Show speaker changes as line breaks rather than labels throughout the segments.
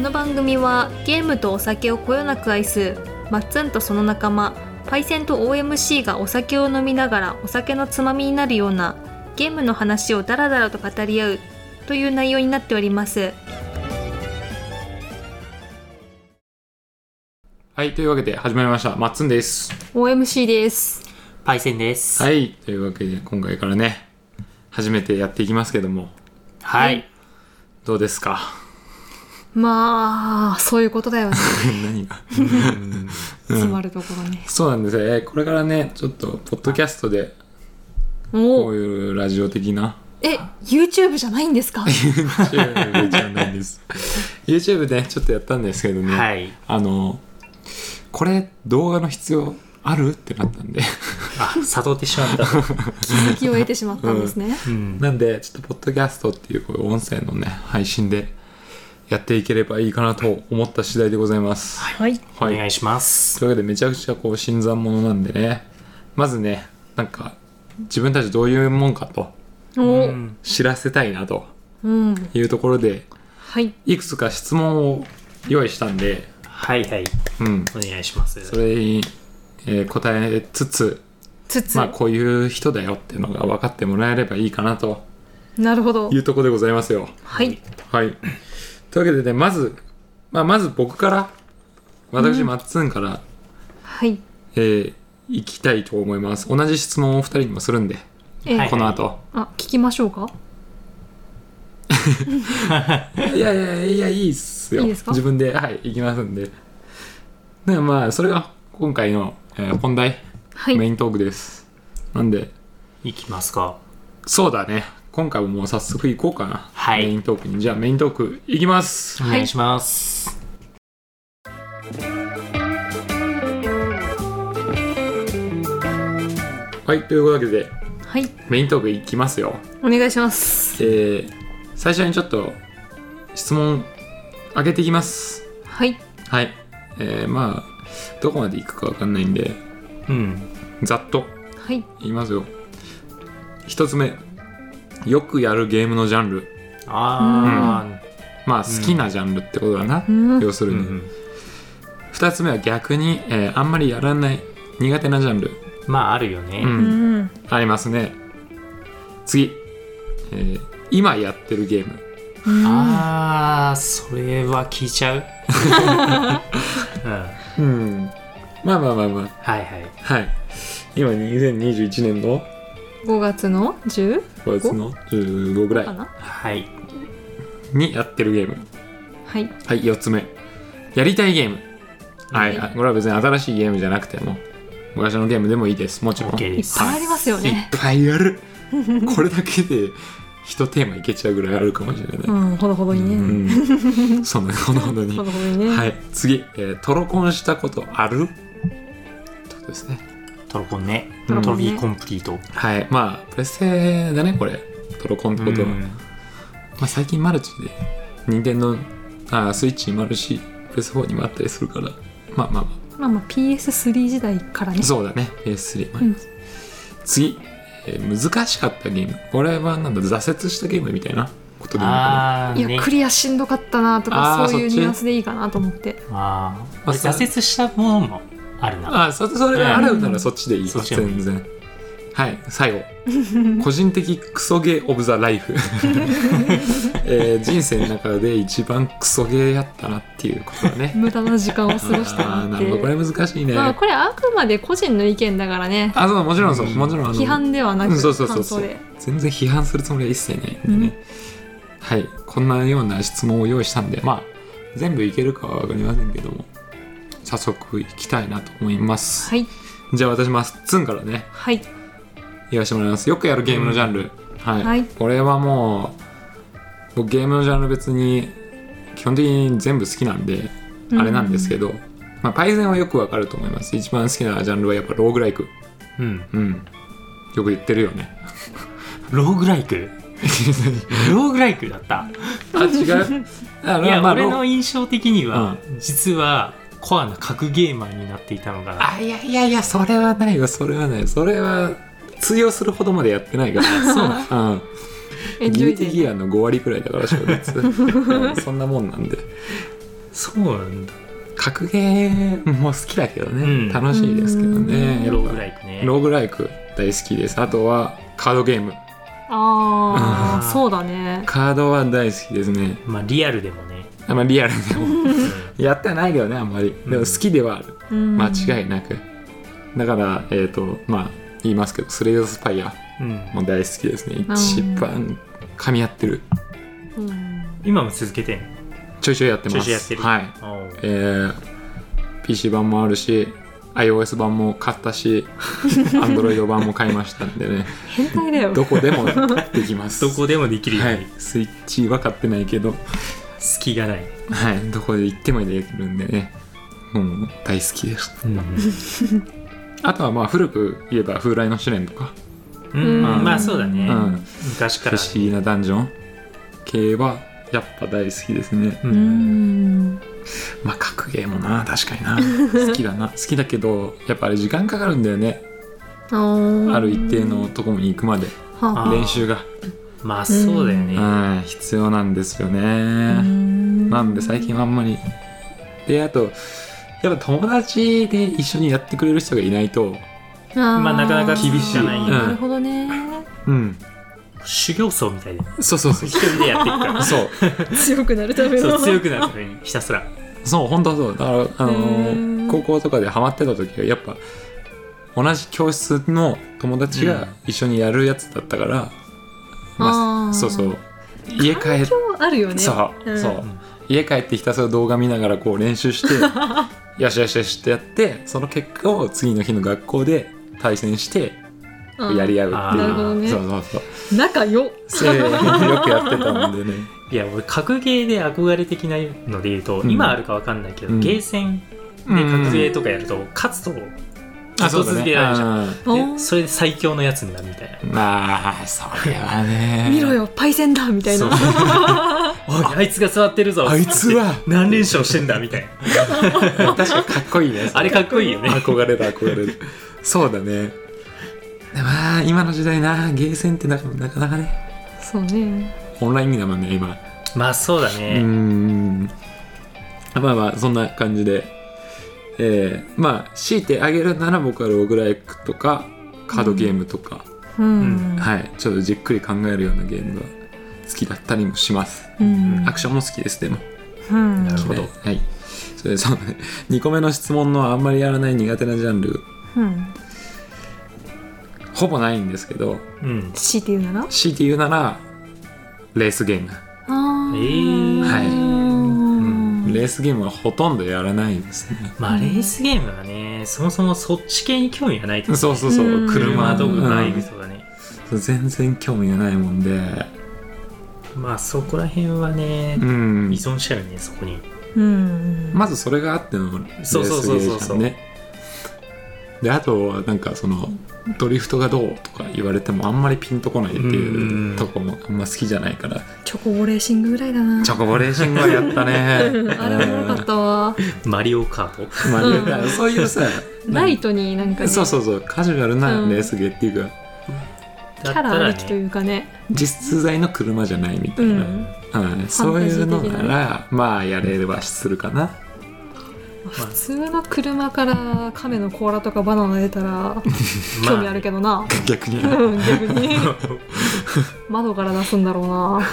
の番組はゲームとお酒をこよなく愛すマッツンとその仲間パイセンと OMC がお酒を飲みながらお酒のつまみになるようなゲームの話をダラダラと語り合うという内容になっております
はい、というわけで始まりました。マッツンです。
OMC です
パイセンです。
はい、というわけで今回からね、初めてやっていきますけども、
はい。
どうですか
まあそういうことだよね
何が
詰まるところね、
そうなんですよ。えーこれからね、ちょっと、ポッドキャストで、こ
お
う
お
いうラジオ的な、
え YouTube じゃないんですか
YouTube じゃないです。YouTube でちょっとやったんですけどね、
はい。
あの、これ、動画の必要あるってなったんで、
あ、佐藤手しまった。
気を得てしまったんですね、
うん。
なんで、ちょっと、ポッドキャストっていう、こういう音声のね、配信で、やっていければいいかなと思った次第でございます。
はい
お
はい
願いします。
というわけでめちゃくちゃこう新参者なんでねまずねなんか自分たちどういうもんかと
お
う
うん
ん
知らせたいなと
うん
いうところで
はい
いくつか質問を用意したんで、
はいはい。
うん、
お願いします。
それに、えー答えつつ
つつ、
まあこういう人だよっていうのが分かってもらえればいいかなと
なるほど
いうところでございますよ
はい
はいというわけでねまず、まあ、まず僕から私、マッツンから、
はい
えー行きたいと思います同じ質問をお二人にもするんで
えー
はい
この後、
あ聞きましょうか
いやいやいやいいっすよ
いいですか
自分ではい行きますんででまあそれが今回の、えー本題、
はい
メイントークですなんで
いきますか。
そうだね今回ももう早速行こうかな、
はい
メイントークにじゃあメイントーク行きます
お願いします。
はいというわけで
はい
メイントーク行きますよ
お願いします
えー、最初にちょっと質問上げていきます
はい
はいえー、まあどこまで行くかわかんないんで
うん。
ざっと
はい
言いますよ一つ目よくやるゲームのジャンル
あ
まあ好きなジャンルってことだな、
うん
要す
ー
る
う
に、
ん。
二つ目は逆に、えーあんまりやらない苦手なジャンル、
まあ、あるよ
う
ね。
うんん
ありますね次、えー今やってるゲーム
あー、それは聞いちゃう。うん。はい
うんまあまあまあまあ
はい。
はい今2021年の
5月の 10?
5月の15ぐら
か
い
な
はい。
にやってるゲーム
はい
はい4つ目やりたいゲームはい、
は
あこれは別に新しいゲームじゃなくても昔のゲームでもいいですもちろん、
OK
い
で
っ
す。
ぱいありますよ
いっ
ね
ぱいあるこれだけで一テーマいけちゃうぐらいあるかもしれない、
うんほどほどにね
うん、そんなほどほどに
ほ
は
どほどにね
い次、えートロコンしたことあるってことですね
トロコンね。
う
ト
ん
ロフィーコンプリート。
はいまあプレステだねこれトロコンってことは、
うん
まあ、最近マルチで任天堂あースイッチにもあるしプレス4にもあったりするからまあまあま
まあまあ PS3 時代からね
あそうだね PS3 も
う
あり
ん
ます、次、えー難しかったゲームこれはなんだ挫折したゲームみたいなことでもいいのかない
あ
い
ー
や
ね。
クリアしんどかったなと
あ
か
ー
そういう
そっち
ニュアンスでいいかなと思って
あー、
まあ
俺挫折したものもあるな。
あそそれがあるならそっちでいい、
そっちでもい
全然はい最後 個人的クソゲーオブザライフ、 えー人生の中で一番クソゲーやったなっていうことだね
無駄な時間を過ごした
あー
なっ
なるほどこ
て
れ難しいね、
まあ
あ、
これあくまで個人の意見だからね
そうもちろんそうもちろんあの
批判ではな
うん
く
そうそうそう
感
そ
想
う
で
全然批判するつもりは一切ないんでね、はいこんなような質問を用意したんでまあ全部いけるかは分かりませんけども早速いきたいなと思います、
はい
じゃあ私まっつんからね
はい
言わせてもらいますよくやるゲームのジャンル、はい、
はい
これはもう僕ゲームのジャンル別に基本的に全部好きなんで
うん
あれなんですけど、まあ、パイセンはよくわかると思います一番好きなジャンルはやっぱローグライク
うん。
うんよく言ってるよね
ローグライ クローグライクだった。
あ違うあ
いや、
まあ
俺
ロー
の印象的には、
う
実はコアな格ゲーマーになっていたのが
あいやいやいやそれはないよそれはないそれは通用するほどまでやってないか らそううん
エンジ
ギ
ョ
ル
イ
ティ
で
ギアの5割くらいだから勝率うんそんなもんなんで
そうなんだ。
格ゲーも好きだけどね、
うん
楽しいですけどね
ローグ
イ
ライクね。
クローグライク大好きですあとはカードゲーム
ああ
あー
そうだね
カードは大好きですね
まあリアルでもね。
あんまりリアルでも
うん
やってはないけどねあんまりでも好きではある
うん
間違いなくだからえっ、とまあ言いますけどスレイドスパイア
うん
も大好きですね一番噛み合ってる
うん
今も続けてんの
ちょいちょいやって
ちょ
ま
いちょいやっ
す
てる。
はい
おう
えー PC 版もあるし iOS 版も買った し Android 版も買いましたんでね
変態だよ
どこでもできます
どこでもできるよう
は
に、
いスイッチは買ってないけど
隙がない。
はいどこで行ってもできるんでねもう大好きですあとはまあ古く言えば風来の試練とか
うん
うん
まあそうだね、
うん
昔か
不
ら、
思議なダンジョン系はやっぱ大好きですね、
う
うんん
まあ格ゲーもな確かにな好きだな好きだけどやっぱあれ時間かかるんだよねあ
あ
る一定のとこに行くまで
あー
練習が、
まあそうだよね、
うん、必要なんですよね、な
なん
で最近はあんまりであとやっぱ友達で一緒にやってくれる人がいないと
ま
あなかなか
厳しいうん
なるほどね
うん
修行僧みたいで
そうそうそう
一人でやっていくか ら
そう
強くなるため
そう強くなるためにひたすら
そう本当はそうだからあ
へ
のー
ー
高校とかでハマってた時はやっぱ同じ教室の友達が一緒にやるやつだったから、ま
あー
そうそう家帰っ
あるよね
そう、
うん
そう家帰ってひたすら動画見ながらこう練習して よしよしよしってやってその結果を次の日の学校で対戦して
うん
やり合う
あ
っ
ー
て
なる
いう、
ほどね
そうそうそう
仲良っ
せー よくやってたんでね
いや俺格ゲーで憧れ的なので言うと、
うん
今あるかわかんないけど、
うん
ゲーセンで
うん
格ゲーとかやると勝つと
あ
ずっと
だ
続けられるじゃん
うん
お
で
ー
それで最強のやつになるみたいな
まあそれはね
見ろよパイセンだみたい
そう
な
おいあいつが座ってるぞ
あいつは
何連勝してんだ みたいな
確かにかっこいいね
あれかっこいいよね
憧れる憧れるそうだねまあ今の時代なゲーセンってなかなかなかね
そうね
オンラインだもんね今
まあそうだ
うー
ね、
んまあまあそんな感じでえー、まあ強いてあげるなら僕はローグライクとかカードゲームとか、
う
うん
はいちょっとじっくり考えるようなゲームが好きだったりもします
うん
アクションも好きですでも
うん
なるほど
はいそれでそう2個目の質問のあんまりやらない苦手なジャンル
うん
ほぼないんですけど
うん、
強いて言うなら
強いて言うならレースゲーム
あー
えー
はい
うん
レースゲームはほとんどやらないですね
まあレースゲームはねそもそもそっち系に興味がないと
そうそうそう
うん
車と
う
か
ん
バイクとかね、
全然興味がないもんで
まあそこら辺はね、
うん
依存しちゃうよねそこに
うん
まずそれがあってのレース
そうそうそうそうそう
ゲージだねであとはなんかそのドリフトがどうとか言われてもあんまりピンとこないって
うん
いううんとこもあんま好きじゃないから
チョコボレーシングぐらいだな
チョコボレーシングはやった ね
あれおもろかったわ
マリオカート
まあなんかそういうさ
ライトに なんかね
そうそうそうカジュアルな
うん
レースゲーっていうか
キ
だ
ャ
った
ラあ
ら
りきと
ね
いうかね
実在の車じゃないみた
う
いな、
ん
うんそういうのならまあやれはするかな
普通の車から亀の甲羅とかバナナ出たら興味あるけどな、
逆に
うん逆に 窓から出すんだろうな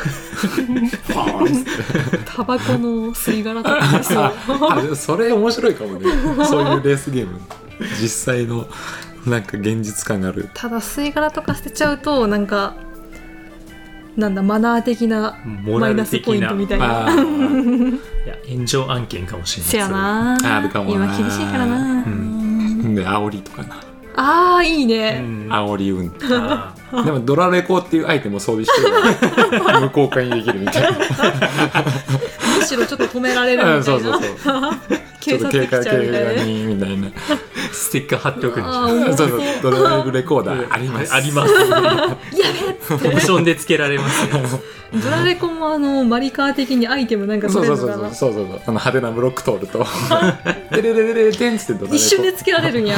タバコの吸い殻とか出しそう
ああでも それ面白いかもねそういうレースゲーム実際のなんか現実感がある
ただ吸い殻とか捨てちゃうとなんかなんだマナー的な
モ
マ
ラ
イナ
ル
ス
的
ポイン
な
トみたいな
あー
いや炎上案件かもしれない
せやな
ああるかもな
今厳しいからな、
うんで煽りとかな
ああいい
それ
ね、
うんあ
煽り運転
あ
でもドラレコっていうアイテムを装備してるから無効化にできるみたいな
むしろちょっと止められるみたい
うん
な
そうそうそうちょ
警
っと
察
警
来ち
戒
ゃうみたいな
警
ね
にみたいな
ステッカー貼っておくんでし
あ
ょ
ー
そうそうドラレコーダーあり ます
ありますオプションでつけられますよ
ドラレコもあのマリカー的にアイテムなんか
そ
取
う
れ
そう
るの
そ
か
う
な
そうそうそうあの派手なブロック通ると「 でれれれれでん」っつってドラレコ
一瞬でつけられ るんや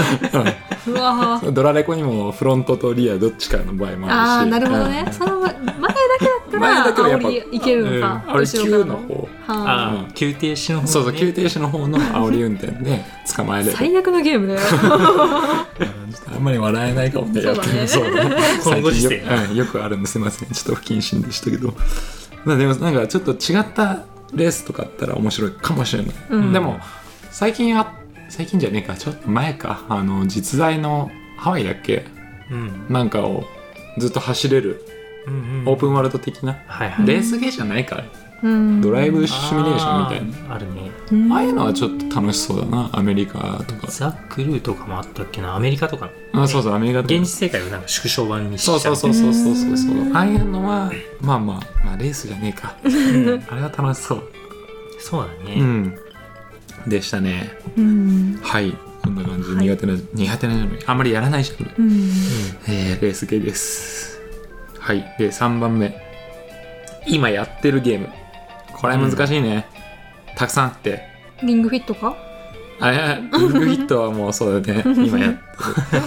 うわー
ドラレコにもフロントとリアどっちかの場合もあるし
あーなるほどね
うん
その前だけだっった
前だ
ら
けはやっぱ
煽りいけるのか、
あれ
どうしよう
Q
かな
の方
は
ああ急停止の方、ね、
そうそう急停止の方の煽り運転で捕まえ
い
れる
最悪のゲームだよ
あんまり笑えないかも ね
そうだね
やってるそうね
今後
最
し
近
て
よ,、うん、よくあるんですすいませんちょっと不謹慎でしたけどまあでもなんかちょっと違ったレースとかあったら面白いかもしれない、
うん
でも最近あ最近じゃねえかちょっと前かあの実在のハワイだっけ
うん
なんかをずっと走れる
うんうん
オープンワールド的な、
はいはい
レースゲーじゃないから
うん
ドライブシミュレーションみたいな
なあるね
うん
ああいうのはちょっと楽しそうだなアメリカとか
ザ・クルーとかもあったっけなアメリカとかの
あそうそうアメリカとか
現実世界をなんか縮小版にしちゃ
そううそうそうそうそうそうそうああいうのはまあまあまあレースじゃねえか
うん
あれは楽しそう
そうだね、
うんでしたね
うん
はいこんな感じ
はい
苦手な、苦手なジャンルあんまりやらないジャンル、
うん
えーレースゲーですはいで3番目今やってるゲームこれは難しいね、たくさんあって
リングフィットか
あいやリングヒットはもうそう だね今やってる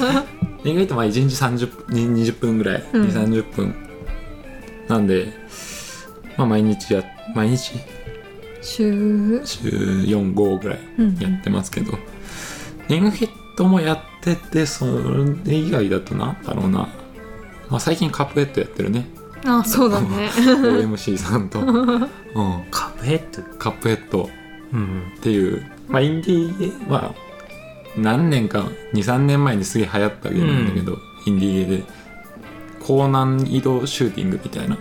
リングヒットは1日30分20分ぐらい、
うん
2 3 0分なんでまあ毎日や毎日
週うん
週45ぐらいやってますけど、リングヒットもやっててそれ以外だとなんだろうな、まあ、最近カップヘッドやってるね
あそうだ ね
OMC さんと、うん、
カップヘッド
カップヘッド
うん
っていう、まあ、インディーゲーまあ何年か23年前にすげえ流行ったゲームなんだけど、インディーゲーで高難易度シューティングみたいな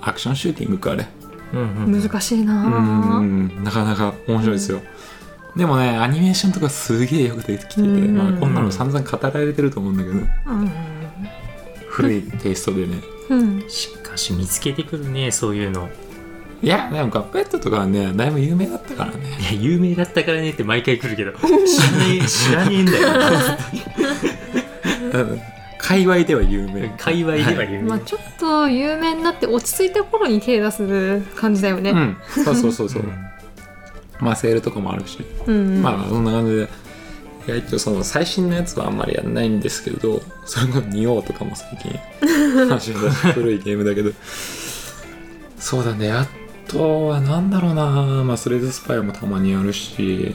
アクションシューティングかあれ
うんうんうん
難しいうなぁ
んなかなか面白いですよ、でもねアニメーションとかすげえよくできてて、
うん
まあ、こんなの散々語られてると思うんだけど、
うん
古いテイストでね
うん
しかし見つけてくるねそういうの
いやでもカップヘッドとかはねだいぶ有名だったからね
いや有名だったからねって毎回来る けど知らねえ知らねえんだよ
うん界隈では有名
界隈では有名、
まあちょっと有名になって落ち着いた頃に手出す感じだよね
うんそうそうそうそううんまあセールとかもあるし
うん
まあそんな感じで意外とその最新のやつはあんまりやんないんですけどそれこそ仁王とかも 最近話を出して古いゲームだけどそうだねあとはなんだろうなまあスレッズスパイもたまにやるし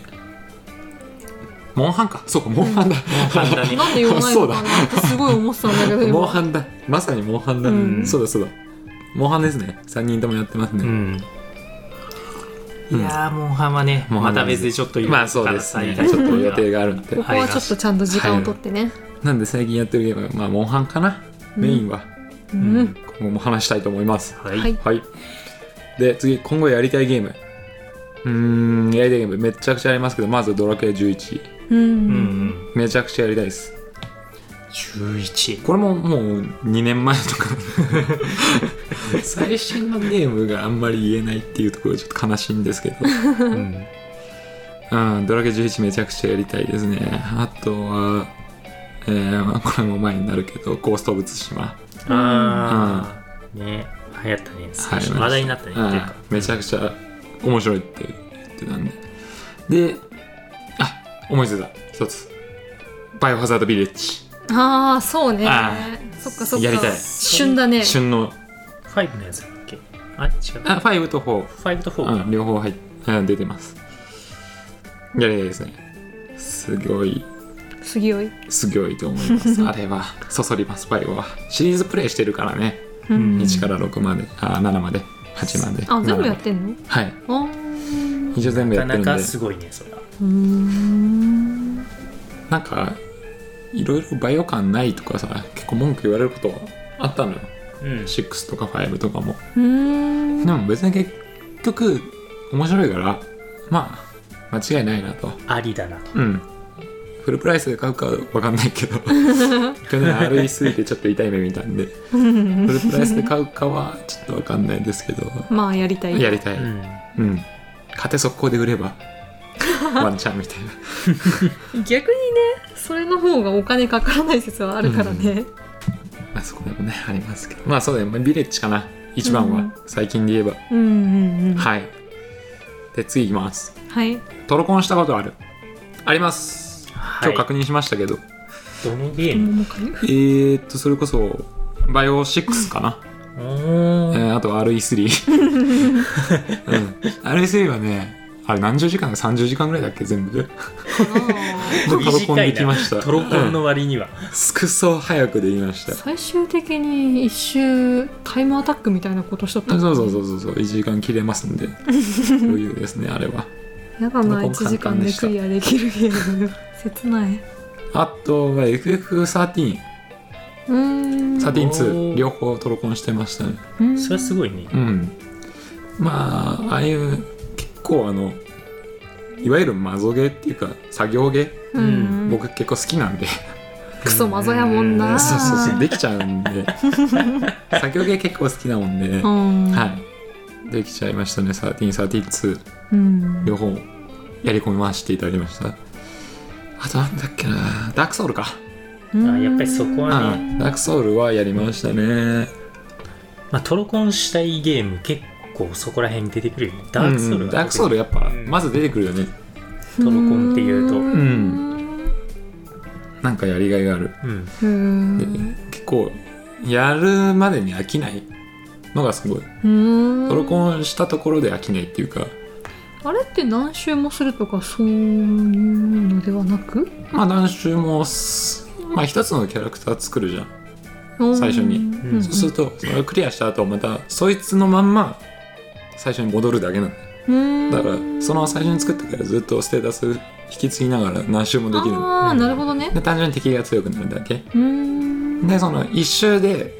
モンハンかそうかモンハンだ、
簡単に
なんで言わないのかなってすごい思ってたんだけど
モン
今
ハンだまさにモンハンだ、
うん
そうだそうだモンハンですね3人ともやってますね、
うんい
うん
やーモンハンはね
モンハ
ま
ンは
た
ね
別でちょっと
まあそうですねちょっ
ちょ
と
っと
予定があるんで
ここはちょっとちゃんと時間をとってね
なんで最近やってるゲームはまあモンハンかな、
うん
メインは
うん
今後も話したいと思います
はい、
はい
はい。で、次、今後やりたいゲーム。うーん、やりたいゲーム、めちゃくちゃありますけど、まずドラクエ11。
うん
う
うんん、
めちゃくちゃやりたいです。
11
これももう2年前 とか。最新のゲームがあんまり言えないっていうところがちょっと悲しいんですけど。
うん
うん、ドラクエ11めちゃくちゃやりたいですね。あとは、えーまあこれも前になるけど、ゴースト・オブ・ツシマ。
ああ、ね流行ったね最初
流行りました
話題になったねっていうか
めちゃくちゃ面白いって言ってたんで。で、あ思いついた、一つ。バイオハザードビレッジ。
ああそうね
あ
そっかそっか
やりたい
旬だね
旬の、
5のやつだっけあ違う
あ、5と4、
5と4か、
うん、両方入っうん出てます。やりたいですね。すごい、
杉追い
すごいと思い ます。あれは、そそります、バイオは。シリーズプレイしてるからね。
うん
1から6まで、あ、7まで、8まで。
あ全部
7
やってんの
まではい。
あー
一応全部や
なか
ってる
なん
で。
かすごいねそれは
うーん
なんかいろいろバイオ感ないとかさ結構文句言われることはあったのよ
うん
6とか5とかも
うー
で
ん
も別に結局面白いからまあ間違いないなと
ありだなと
うんフルプライスで買うかわかんないけど去年 RE すぎてちょっと痛い目見たんでフルプライスで買うかはちょっとわかんないですけど
まあやりたい
やりたい、
うん
うん勝て速攻で売ればワンチャンみたいな
逆にねそれの方がお金かからない説はあるからね
まあそこでもねありますけどまあそうだよまあビレッジかな一
う
番
ん
は最近で言えば、
うんうんうん
はいで次いきます
はい
トロコンしたことあるあります
はい
今日確認しましたけど、
どのゲーム
桃かゆ
えー、っとそれこそバイオ6かな、
お
え
ー
ねあと RE3 うん RE3 はねあれ何十時間か30時間ぐらいだっけ全部で
短いな
トロコンできました
トロコンの割には、
くそ早くできまし た
最終的に一周タイムアタックみたいなことしとった
そうそうそう
う
そうそう1時間切れますんで余裕ですねあれは
やだな
ここ
1
も
時
簡
間
単
で
でした
クリアできるゲーム切ない
あとは FF1313
うーん
おー
両方トロコンしてましたね
うん
それはすごいね
うんまあああいう結構あのいわゆるマゾゲーっていうか作業ゲー、
うんうん
僕結構好きなん で
クソマゾやもんな
そうそうそう できちゃうんで作業系結構好きなもんで、
うん
はいできちゃいましたね1313
うん
両方やり込ませていただきましたあとなんだっけなダークソウルか、
あやっぱりそこ
う
はね、
ん、ダークソウルはやりましたね
まあ、トロコンしたいゲーム結構そこら辺に出てくるよねダークソウル
うん
は
ダークソウルやっぱ
うん
まず出てくるよね
トロコンっていうと
う
うん
なんかやりがいがある
うん
う
で
ん
結構やるまでに飽きないのがすごい
うん
トロコンしたところで飽きないっていうか
あれって何周もするとかそういうのではなく
まあ何周もすまあ一つのキャラクター作るじゃん最初に
うん
うん
そうするとそれをクリアした後またそいつのまんま最初に戻るだけなんだよ
うん
だからその最初に作ったからずっとステータス引き継ぎながら何周もできるの
ああなるほどね
で単純に敵が強くなるだけ
うん
でその一周で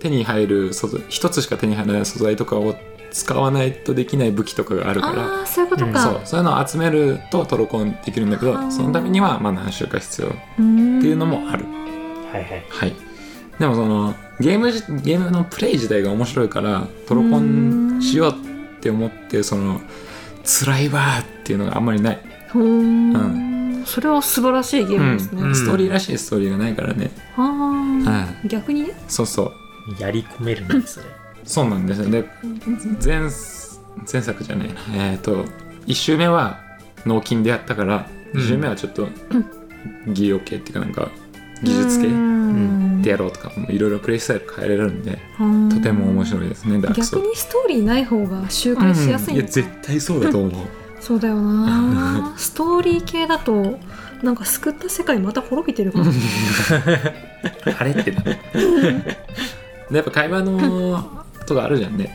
手に入る素材一つしか手に入らない素材とかを使わないとできない武器とかがあるから
ああそういうこと
うん
か
そうそういうのを集めるとトロコンできるんだけ
あ
ど
ー
そのためにはまあ何周か必要
うん
っていうのもある
はいはい
はい。でもそのゲームじゲームのプレイ自体が面白いからトロコンしようって思ってその辛いわーっていうのがあんまりない、
ほーそれは素晴らしいゲームですね、
うん
ストーリーらしいストーリーがないからね、
あ
は
あ逆にね
いそうそう
やり込めるねそれ
そうなんですよで前前作じゃないえっ、と1周目は納金でやったから
うん
2周目はちょっと技量系っていうかなんか技術系
ん
でやろうとかいろいろプレイスタイル変えれるんで
と
とても面白いですねダークソ
逆
ウル
にストーリーない方が周回しやすい,、
うん、いや絶対そうだと思う
そうだよ なストーリー系だとなんか救った世界また滅びてるから、
あれ ってなでやっぱ会話のとかあるじゃんね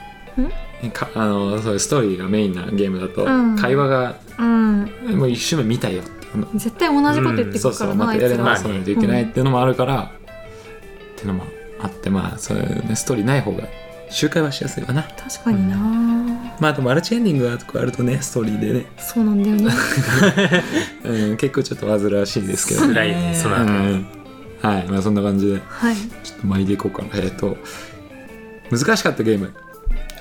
かあのそういうストーリーがメインなゲームだと、
うん
会話が
うん、
もう一周目見たよってあの
絶対同じこと言ってく
そ
る
う
か
そ
ら
う
な、
ま
あ
た
い
や
つ
り
ら
直
ま
さないといけない
うん
っていうのもあるから、ってのもあってまあそういうねストーリーない方が周回はしやすいかな
確かにな、
まああとマルチエンディングはとかあるとねストーリーでね、
そうなんだよね
うん、結構ちょっと煩わしいですけど
辛いねその
う
後
んはいまあそんな感じで
はい
ちょっと巻いていこうかなえっ、と難しかったゲーム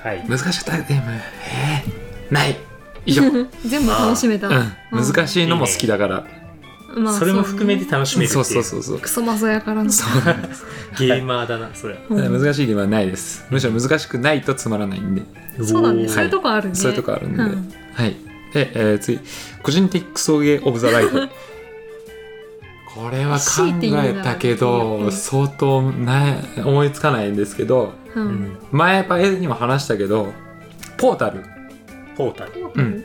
はい
難しかったゲームえー、ない以 上、うん、
全部楽しめた、
難しいのも好きだから、
まあ
それも含めて楽しめるってい
そううそうそうそう
クソマゾやからな
そうなんです
ゲーマーだなそれ
うん
難しいゲームはないですむしろ難しくないとつまらないんで
そうなんで
お
す。
ー
そういうとこあるね。
そういうとこあるんで、
うん
はいで、えー次個人的クソゲーオブザライ トこれは考えたけど相当な思いつかないんですけど
う。
うんん
前パイにも話したけどポータルっ
ポータル
うん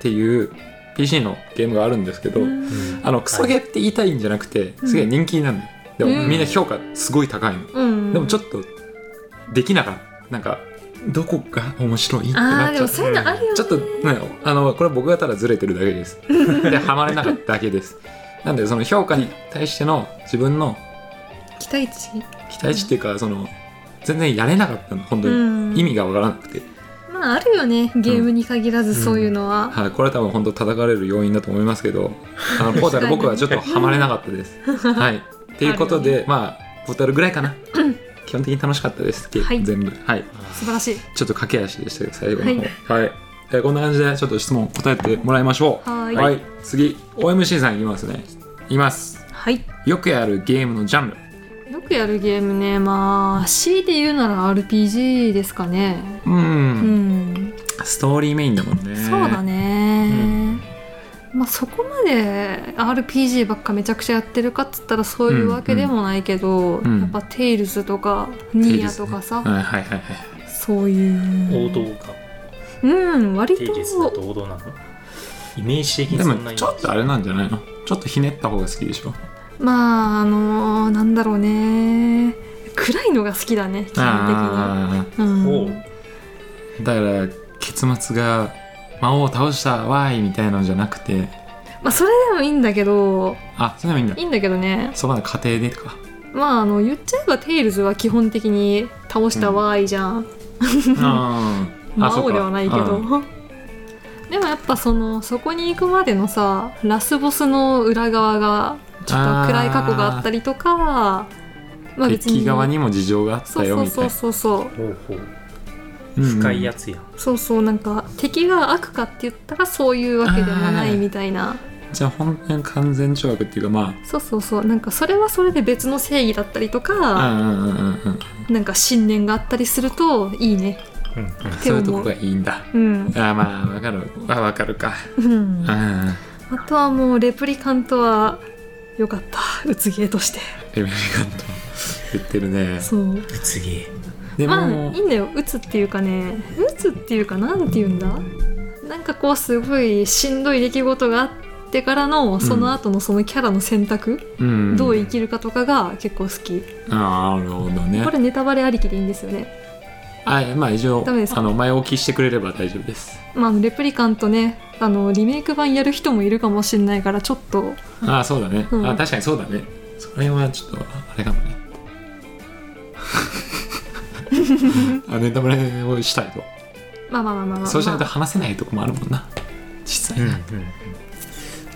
ていう PC のゲームがあるんですけど、
うん
あのクソゲーって言いたいんじゃなくてすげえ人気になるのよでも、
うん
みんな評価すごい高いの
うん。
でもちょ
っ
っとできなかったなんかどこが面白いって
とあ
な
あ
っ
で
ちゃ
も
っ
そういうのあるよね。
ちょっと、ね、あのこれ僕がただずれてるだけ ですでハマれなかっただけですなんでその評価に対しての自分の
期待値。
期待値っていうかその全然やれなかったの本当に、
うん
意味がわからなくて、
まああるよね。ゲームに限らずそういうのは。
はい、これは多分本当叩かれる要因だと思いますけ どあのポータル僕はちょっとハマれなかったですはい。ということで、まあ、ポータルぐらい かな。基本的に楽しかったです。け
はい
全部。はい。
素晴らしい。
ちょっと駆け足でしたけど、最後の方。はい。えーこんな感じで、ちょっと質問答えてもらいましょう。
はーい
次、OMC さんいきますね。います。
はい。
よくやるゲームのジャンル。
よくやるゲームね。まあ C で言うなら RPG ですかね。
う。
うんん。
ストーリーメインだもんね。
そうだ。ね。まあそこまで RPG ばっかめちゃくちゃやってるかっつったらそういうわけでもないけど、
んうん
やっぱ「テイルズ」とか「ニーヤ」とかさ、
はいはいはいはい。
そういう
王道か
うん割
定
と
月だと王道なのイメージ的に
で
そんな
も
イメージ
ちょっとあれなんじゃないのちょっとひねった方が好きでしょ
まああのーなんだろうね暗いのが好きだね基本
あ
的に、うん
おう
あだから結末が魔王を倒したわーいみたいなのじゃなくて
まあそれでもいいんだけど
あそれでもいいんだ
いいんだけどね
そばの家庭 でか
まああの言っちゃえばテイルズは基本的に倒したわーいじゃん、
あーあ
魔
そう
王
か
ではないけど、
うん
でもやっぱそのそこに行くまでのさラスボスの裏側がちょっと暗い過去があったりとかまあ別に
敵側にも事情があった
そう
よ
そう
みたい
そう
な
そうそう
ほうほう
うんうん
深いやつやん、
そうそうなんか敵が悪かって言ったらそういうわけでもないみたいな
じゃあ本当に完全懲悪っていうかま
そうそうそうなんかそれはそれで別の正義だったりと
あ
か、
うんうんうんうんうん
なんか信念があったりするといいね
うんうん、
って
そう
思う
いうとこがいいんだ
うん、
あーまあわかるあわかるか
うん、
う
あ
ん
とはもうレプリカントは良かったうつゲーとして
エメリカンと言ってるね
そう
次
でも、
まあいいんだよ打つっていうかね打つっていうかなんて言うんだなんかこうすごいしんどい出来事があってからのその後のそのキャラの選択、
うん、
どう生きるかとかが結構好き
ああなるほどね
これネタバレありきでいいんですよね
あまあ以上
ダメですか
あの前置きしてくれれば大丈夫です
まあレプリカントねあのリメイク版やる人もいるかもしれないからちょっと
ああそうだね、
うん
あ確かにそうだねそれはちょっとあれかもね あネタバレをしたいと
まあまあまあまあまあ、まあ、
そうしないと話せないとこもあるもんな実
う
際
んう
に、
ん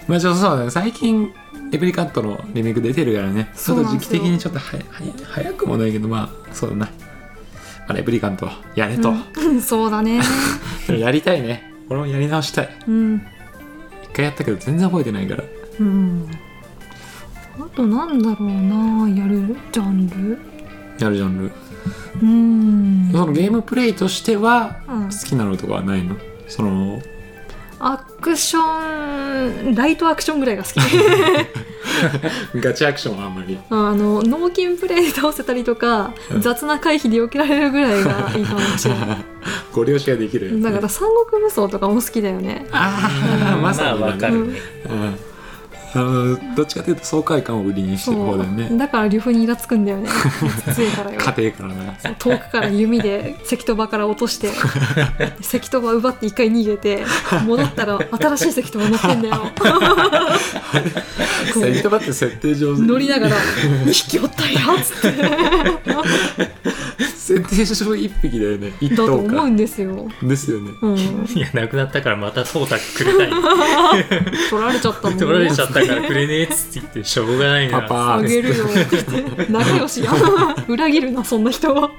まあちょっとそうだね最近レプリカントのリメイク出てるからねち
そ
ょ
う
っ
な
と
ん
時
ですよ
期的にちょっとはやはや早くもないけどまあそうだな、まあ、レプリカントやれと、
うんそうだね
やりたいね俺もやり直したい
うん
一回やったけど全然覚えてないから
うんあとなんだろうなやるジャンル
やるジャンル
うん
そのゲームプレイとしては
うん
好きなのとかはないのその
アクションライトアクションぐらいが好 き
ガチアクションはあんまり
あの脳筋プレイで倒せたりとか
うん
雑な回避で避けられるぐらいがいいかもしれな
ご了承ができるやつ
い
ね
だから三国無双とかも好きだよね
ああまさに
まあわかるね、
うんあのどっちかというと爽快感を売りにしてる方だよね
だから呂布にイラつくんだよ ね強いからよ
家庭からな
そう遠くから弓で石とばから落と して石とば奪って一回逃げて戻ったら新しい石とば乗ってんだよ こ
セリ
う
トバって設定上手
乗りながら「2匹おったんや」っつって
設定上一匹だよね一
だと
頭
思う
か
んですよ、
ですよね
うん、
いやなくなったからまたトータくれ ない
取られちゃったもんね
取られちゃったからくれねえっつって言ってしょうがないな
パパ
あ
ー
げるよ仲良しや 裏切るなそんな人は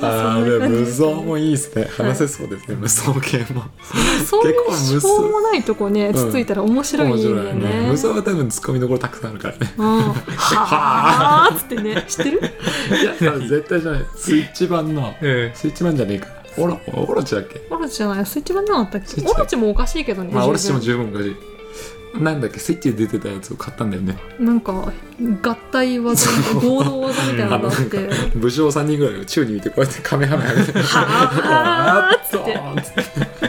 ああでも無双
も
もいいですね話せそうですね無双系も
そうい
結構
う
無双
しょうもないとこねつついたら面白いん
面
だよ
白
ね,、
いね無双は多分ツッコミどころたくさんあるから ね
うん、はあっつってね知ってる
いや多分絶対じゃないスイッチ版の
うん
スイッチ版じゃねえかオロオロチだっけ
オロチじゃないスイッチ版なかったっ
スイ
け
ッチ
オロチもおかしいけどね、
まあオロ
十
チも
分
十分おかしいなんだっけスイッチで出てたやつを買ったんだよね
なんか合体技みたいな合同技みたいなのがあっ
なんか
て
武将3人ぐらいが宙に浮いてこうやってカメハメハメて
はあっつって
あーっつって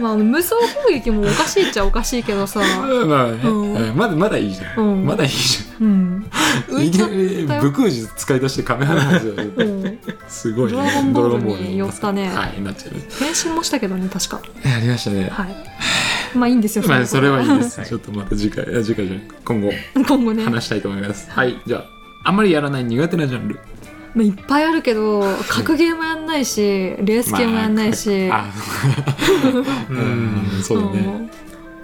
まあ無双攻撃もおかしいっちゃおかしいけどさ
まあね
うん
うんまだまだいいじゃ
うん
んまだいいじ
うん
ゃん
浮
い
い
き
ちゃ
な
っ
り
た
武
よ
空術使い出してカメハメハメする
うん
すごいね
ドラゴンボールに
ドラゴン
寄ったね
はいなっちゃう
変身もしたけどね確か
やりましたね
はいまあいいんですよ
まあそれはいいで
は
す
い
ちょっとまた次回あ次回じゃない今後
今後ね、ま
話したいと思いますはいじゃああんまりやらない苦手なジャンル
あ、いっぱいあるけど格ゲーもやんないしレース系もやんないし、
まあ
う
うんんそうだね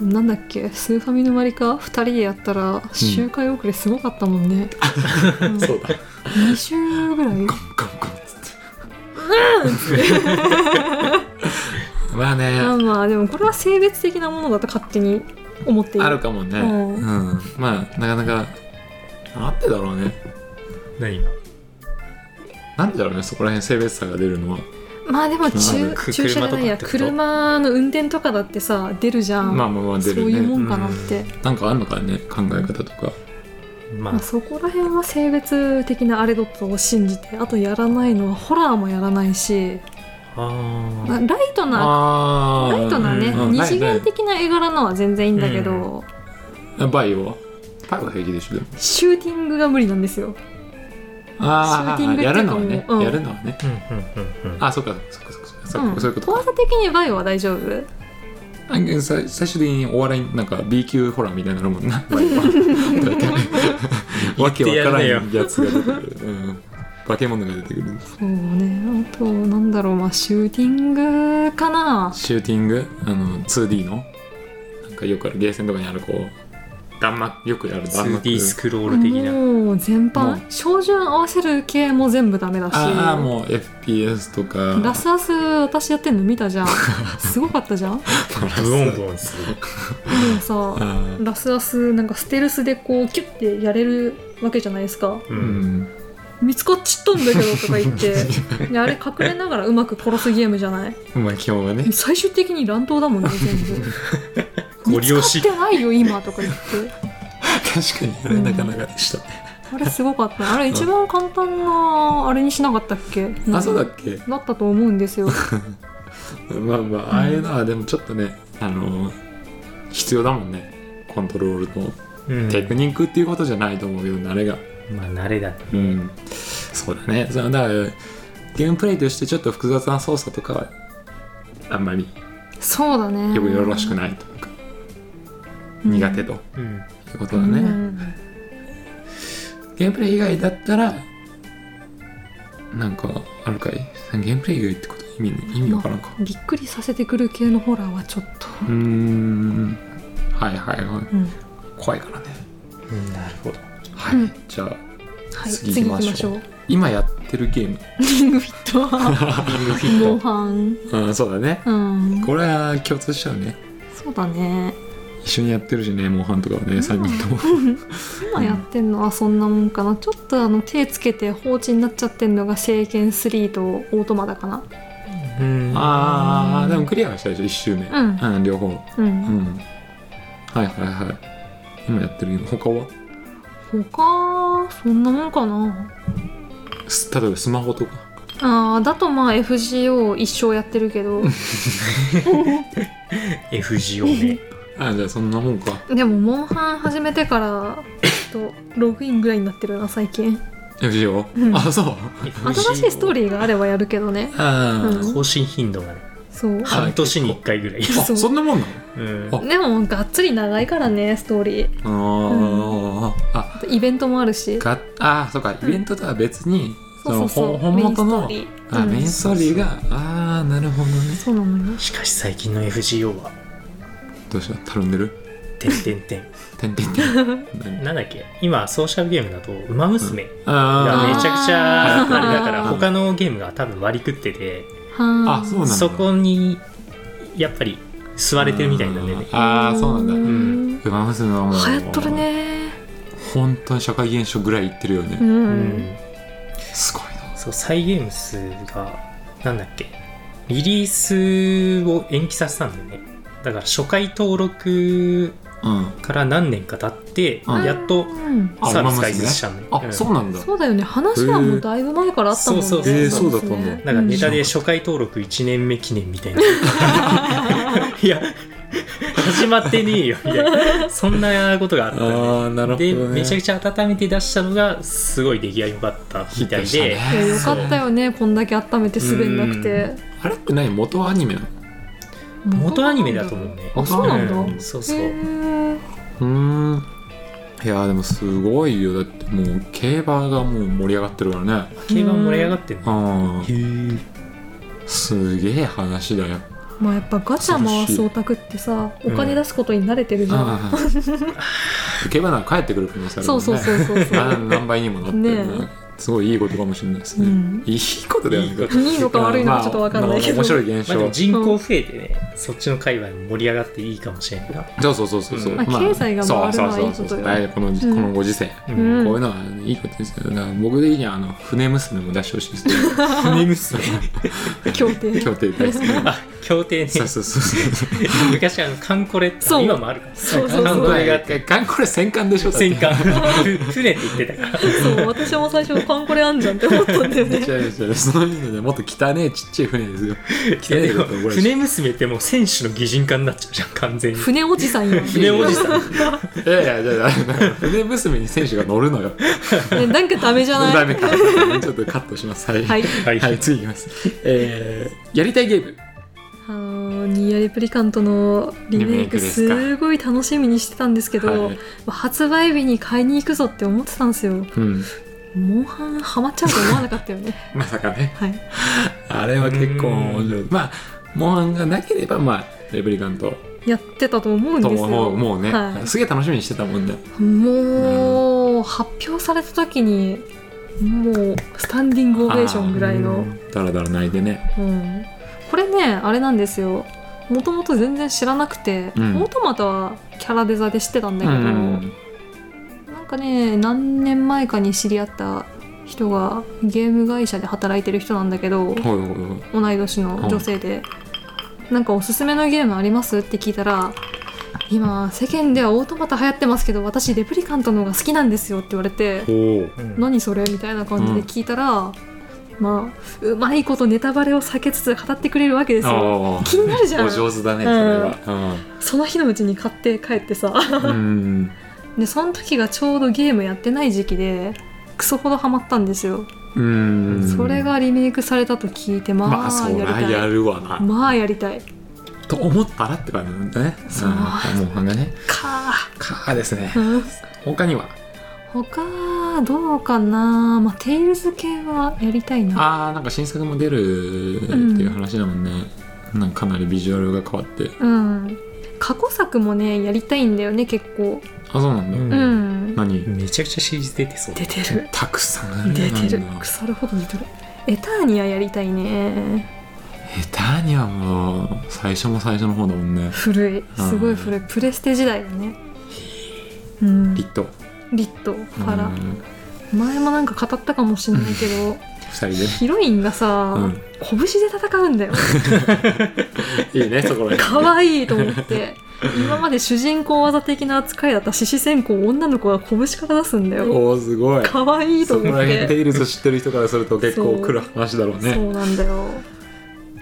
うんなんだっけスーファミの割りか2人でやったら周回遅れすごかったもんね、うん
そうだ
2週ぐらい
ゴンゴンゴンっつ
ま
ってまあ
あ
ね
まあでもこれは性別的なものだと勝手に思っている
あるかもね
う
うんんまあなかなかあってだろうね
何が
なんでだろうねそこら辺性別差が出るのは
まあでも
ま
駐
あ
駐車じゃないや車の運転とかだってさ出るじゃん、
まあまあまあ
そう
出る
いうも
ね
んかなって、
なんかあんのかね考え方とか
ま
ま
あ
あ、そこら辺は性別的なあれだと信じてあとやらないのはホラーもやらないし、
あ
まあ
ー
ライトな
あ
ライトなね、
うんうん
二次元的な絵柄のは全然いいんだけど、
あバイオはバイオは平気でしょでも
シューティングが無理なんですよ
あ
シューティング
あ
って
やるのは
いう
ね、
かもううん
やるのはね
うんうんうんうん
あそっかそっかそっかそっか、
うん
そういうこと
怖
か
さ的にバイオは大丈夫
あさ最終的にお笑いなんか B 級ホラーみたいになるも んなバイオはだってわけわからんやつが出てくる、うん、化け物が出てくる
そうねあとなんだろうまあシューティングかな
シューティングあの 2D のなんかよくあるゲーセンとかにあるこう弾幕よくやる弾幕
2D スクロール的な
もう全
も
般照準合わせる系も全部ダメだし
ああもう FPS とか
ラスアス私やってんの見た じゃんすごかったじゃん
ブオンブオンする
でもさ
あー
ラスアスなんかステルスでこうキュッてやれるわけじゃないですか
う
うんん
見つかっちっとんだけどとか言って であれ隠れながらうまく殺すゲームじゃない
まあ基本はね
最終的に乱闘だもんね全部
ご利用し
見つかってないよ今とか言って
確かにあれなかなかでした、
あれすごかったあれ一番簡単なあれにしなかったっけ
あそうだっけ
だったと思うんです よ
まあまあああいうのはでもちょっとねあの必要だもんねコントロールの
うん
テクニックっていうことじゃないと思うけど慣れが
まあ慣れだね
うんそうだねそうだからゲームプレイとしてちょっと複雑な操作とかはあんまり
そうだね
よくよろしくないというか苦手とい
うん
うことだね、
うん
ゲームプレイ以外だったらなんかあるかいゲームプレイ以外ってこと意味意味わからんか
びっくりさせてくる系のホラーはちょっと、
うーんはいはいはい
うん
怖いからね
うんなるほど
はい、
うん
じゃあ
はい、
次
次
行
行
き
き
ま
ま
し
し
ょ
ょ
う
う
今やってるゲーム
リングフィットは
リングフィッ
モン
ト
ハン
うんそうだね
うん
これは共通しちゃうね
そうだね
一緒にやってるしねモンハンとかはね3人 とも
今やってんのはそんなもんかなちょっとあの手つけて放置になっちゃってんのが「聖剣3」と「オートマ」だかな
うん
ああでもクリアはしたでしょ1周目、
うん
両方
う
うんんはいはいはい今やってるけど他は
他そんなもんかな
す例えばスマホとか
あーだとまあ FGO 一生やってるけど
FGO ね
ああじゃあそんなもんか
でもモンハン始めてからちょっとログインぐらいになってるな最近
FGO、
うん
あそう
新しいストー
リ
リーがあればやるけどね
あー、
うん
更新頻度がね
そう
はい
半年に1回ぐらい
あ
そう
そんなもんな
うん
あ
でもがっつり長いからねストーリー
のあー、あ
あとイベントもあるし
があーそうかイベントとは別に、そ
そうそ
の
うそう
本本
メインス
元
トー
の
リ
あメイン
ー
ストーリーがああなるほどね
うんそうなのよ
しかし最近の FGO は
どうしたたるんでる
「てんてんてん
てんてんてん何」
なんだっけ今ソーシャルゲームだと「ウマ娘」が
あ
め
ー
ちゃくちゃ
あー
あれだから他のゲームが多分割り食ってて
は
あそうなんだ
そこにやっぱり吸われてるみたいなんでね
あーあーそうなんだ
ん
ウマ娘はもう
流行っとるね
本当に社会現象ぐらいいってるよね、
うん、
うん
すごいな
そう再ゲーム数がなんだっけリリースを延期させたんだよねだから初回登録
うん
から何年か経って
うん
やっ
う
と
ん
あ
サービ
ウマ
ス
娘
開設したんだよ
あ、
うん
そうなんだ
そうだよね話はもうだいぶ前からあったもんね
へーそうそうそうへー
そうだったんだ
なんかネタで初回登録1年目記念みたいな。 いや、始まってねえよ、みたいな。そんなことがあったね。
ああなるほ
で、
ど、ね、
めちゃく
ち
ちゃ温めて出したのが、すごい出来が良かったみたいで、
いやよかったよねこんだけ温めて滑んなくて
あれって何元はアニメなの
元アニメだと思うね。
あそうなんだ
うんそうそう。
へー
うーんいやーでもすごいよだってもう競馬がもう盛り上がってるからね
競馬盛り上がってんの。
あ
へー
あすげえ話だよ
まあやっぱガチャ回すオタクってさお金出すことに慣れてるじゃん、
ああ競馬なら帰ってくる可能性あるも
そ
ん
う
ね
そうそうそうそう
あ何倍にもなってるな、
ね
すごいいいことかもしれないですね、
うん
いいことだよね
いいこと
いいのか悪いのかちょっとわかんないけど
まあまあ面白い現
まあ、でも
象
人口増えてね、そっちの界隈も盛り上がっていいかもしれんな。
そうそうそうそうそう、
まあ
経済が回るのはいいことよ
そうそうそうそうこのこのご時世、
う
こうんいうのはいいことですけど、だから僕でいいにはあの船娘も出してほしいですね
船娘
協定
協定大好きな
あ、協定ね。
そうそうそうそう
昔あの、カンコレって
そう
今もあるから。
そうそう
カン
そ
コ
う
レがあって、
かんこれ戦艦でしょ
戦艦。ふ船って言ってたから。
そう私も最初パンコレあんじゃんって思ったんだよね
違う違うそういうのでもっと汚ねえちっちゃい船ですよ汚ねえことこれ
船娘ってもう選手の擬人化になっちゃうじゃん、完全に。
船おじさんやん
船おじさん。
いやいやじゃあ船娘に選手が乗るのよ
ねなんかダメじゃな
ダ
い
メかちょっとカットしますはい、
はい
はい
はい、次いきますえー、やりたいゲーム
あのニーアリプリカントのリメイク
リメイクですか
すごい楽しみにしてたんですけど、
はい
発売日に買いに行くぞって思ってたんですよ
うん
モンハンハマっちゃうと思わなかったよね
まさかね
はい
あれは結構面白いまあモンハンがなければまあレプリカント
やってたと思うん
と
ですよ
もうもうね、
は
すげえ楽しみにしてたもんね
い、もう発表された時にもうスタンディングオベーションぐらいの
だらだら泣いてね
うん、これねあれなんですよもともと全然知らなくて
うん
もともとはキャラデザでしてたんだ
う
けど、
ん
なんかね何年前かに知り合った人がゲーム会社で働いてる人なんだけど
ほいほいほい
同い年の女性で、なんかおすすめのゲームありますって聞いたら今世間ではオートマタ流行ってますけど私レプリカントの方が好きなんですよって言われて
おお
うん
何それみたいな感じで聞いたら、まあうまいことネタバレを避けつつ語ってくれるわけですよ
あ
気になるじゃ
あお
ん
上手だねそれは
その日のうちに買って帰って さ
うん、うん、
でその時がちょうどゲームやってない時期でクソほどハマったんですよ、
うん
それがリメイクされたと聞いてま
ま
あ
あそ
や
ら
りたい、
やるわな、
まあやりたい
と思ったらって感じなんだね
そう
うんモンハンがね
か
かですね
あ、うん
他には
他どうかなまあテイルズ系はやりたいな
あーなんか新作も出るっていう話だもんね、なんかかなりビジュアルが変わって
うん過去作もねやりたいんだよね結構
あそうなんだ、
うん
うん
何
めちゃくちゃシリーズ出てそう。
出てる
たくさんある
出てる
なんだ
腐るほど出てるエターニアやりたいね
下手にはもう最初も最初の方だもんね
古いすごい古いプレステ時代だねうん
リット
リットファ
う
ラ
ん
前もなんか語ったかもしれないけど
二人でね
ヒロインがさ、
うん
拳で戦うんだよ
いいねそこら辺
可愛いと思って今まで主人公技的な扱いだった獅子線香を女の子が拳から出すんだよ
おおすごい
可愛いと
そこ
思
ら
っ
辺テ
て
イルズ知ってる人からすると結構
そう
来る話だろう
そ
ね
うなんだよ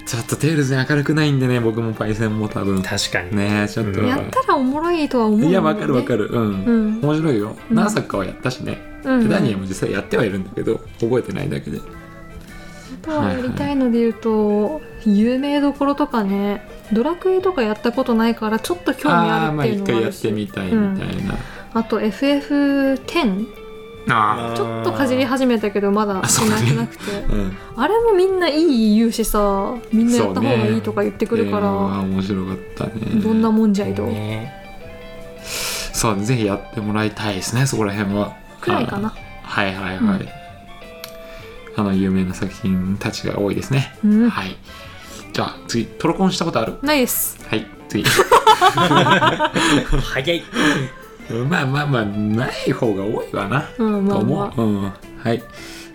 ちょっとテイルズに明るくないんでね僕もパイセンも多分
確かに。
ねえちょっと
うん
やったらおもろいとは思うんだ
い
よね
やわかるわかるうん、
うん
面白いよ
うん
何作かはやったしね、
うん
ダニエも実際やってはいるんだけど覚えてないだけで
あとはやりたいので言うと、有名どころとかねドラクエとかやったことないからちょっと興味あ
ー
る
ま
っ
あ
ていう
一
のがあ
回や
る
って
し
みたいみたいな、
あと FF10
あ
ちょっとかじり始めたけどまだ
あそう
な
だ
く
ね
なくて
あうん
あれもみんないい言うしさみんなやった方がいいとか言ってくるか
えーまあ
ら、
面白かったね
どんなもんじゃいと、
ね
そうぜひやってもらいたいですねそこら辺は
くらいかな
あはいはいはい、
うん
あの有名な作品たちが多いですね、
うん
はいじゃあ次トロコンしたことある
ないです
はい次
早い。
まあまあまあない方が多いわな
うんま
と
あ
思
ま
う、うん、はい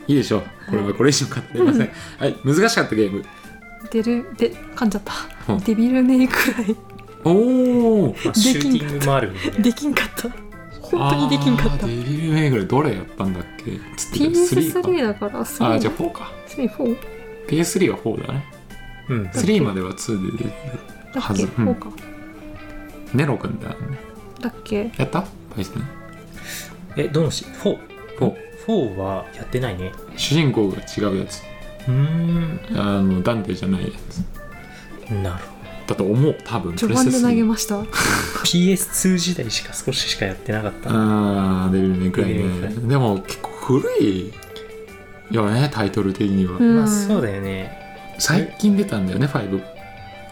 いいでしょうこれはこれ以上語ってません、はい難しかったゲーム
あ出るで噛んじゃった、
うん
デビルメイクらい
おお
まあシューティングもあるんでね。
できんかった本当にできんかった
デビルメイクラどれやったんだっけつってたよ
PS3
か
だから3
あーじゃあ4か
3 4
PS3 は4だね
うん。
3までは2で出て
だ
は
っけ
ずうん
4か
るネロくんだよね
だっけ
やったパイセン
え、どのし、4。
4
4はやってないね。
主人公が違うやつ
うーん。
あのダンテじゃないやつ
なるほど。
だと思う多分
序盤で投げ
ま
ました
PS2 時代しか少ししかやってなかったな。
あーデビルメイクライ
デビルメイク
ね
ライ
でも結構古いよねタイトル的には、
うん
まあそうだよね。
最近出たんだよね5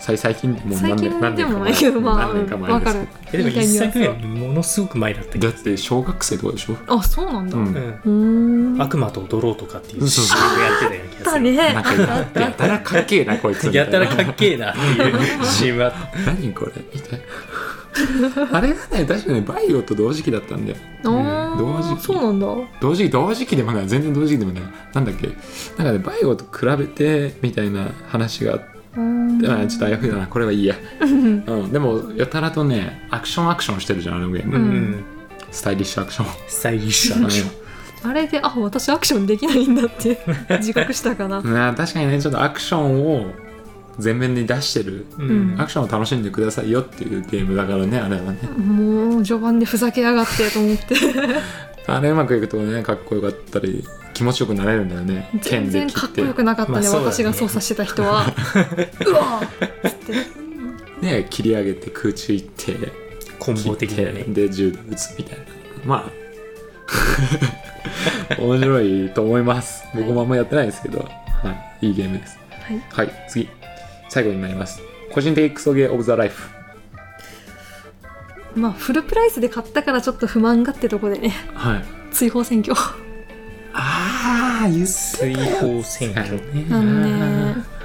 最最近もう
最
何
近
年何
で
年か
もな
前
いけどまあ
何年か前
わ
で
か
す
る
え、でも
いいタイ
一
ミング
作目はものすごく前だったけ
だ
ど。
って小学生とかでしょ
あそうなんだ
う
うん
うん。
ーん
悪魔と踊ろうとかっていううん CM やってたような気が
だ
する。
ね
なんか今やたらかっけえなこいつみたい
や
な
たらかっけえなっていう CM あっ
何これみたいなあれがね確かねバイオと同時期だったんだよ
あー
同時期
そうなんだ
同時期同時期でもない全然同時期でもないなんだっけなんかねバイオと比べてみたいな話があって
うん
あちょっとあやふやだなこれはいいや、
うん
うん、でもやたらとねアクションアクションしてるじゃんあのゲーム、
た。
う
うんん。
スタイリッシュアクション
スタイリッシュだな。
あれであ私アクションできないんだって自覚したかな
うんなあ確かにねちょっとアクションを前面に出してる
うんん。
アクションを楽しんでくださいよっていうゲームだからねあれはね
もう序盤でふざけやがってと思って
あれうまくいくとねかっこよかったり気持ちよくなれるんだよね
全
剣で
然
切
かっ
っ
こ
て
よくなかったね,、
まあそうだね
私が操作してた人はうわーっつって
ね切り上げて空中行って
コンボ的だよね。
で銃で撃つみたいなまあ 面白いと思います僕もあんまやってないですけど、はい、いいゲームです
はい
はい次最後になります個人的クソゲーオブザライフ
まあフルプライスで買ったからちょっと不満がってとこでね
はい
追放選挙
ああ言って
追放選挙ね。
なんで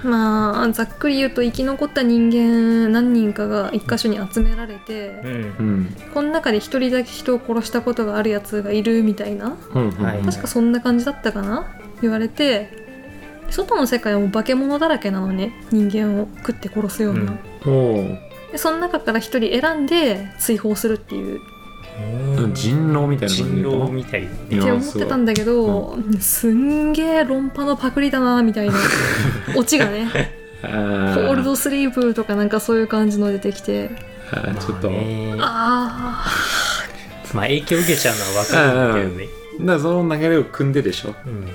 まあざっくり言うと生き残った人間何人かが一箇所に集められ
う。
て、
うんん
この中で一人だけ人を殺したことがあるやつがいるみたいな
うんうん
はい
うん
確かそんな感じだったかな言われて外の世界はもう化け物だらけなのね人間を食って殺すような、
うん
おー
でその中から一人選んで追放するっていう
うん人狼みたいな
人狼
み
みたいなね。
い
っ
や
て思ってたんだけど、すんげえ論破のパクリだなみ たいなオチがね
たい
オ
な
ールドスリーブとかなんかそういう感じの出てきて
あーちょっと、
まあね
あ
まあ影響受けちゃうのはわかるんだけどね。
だからその流れを組んででしょ
うん。
流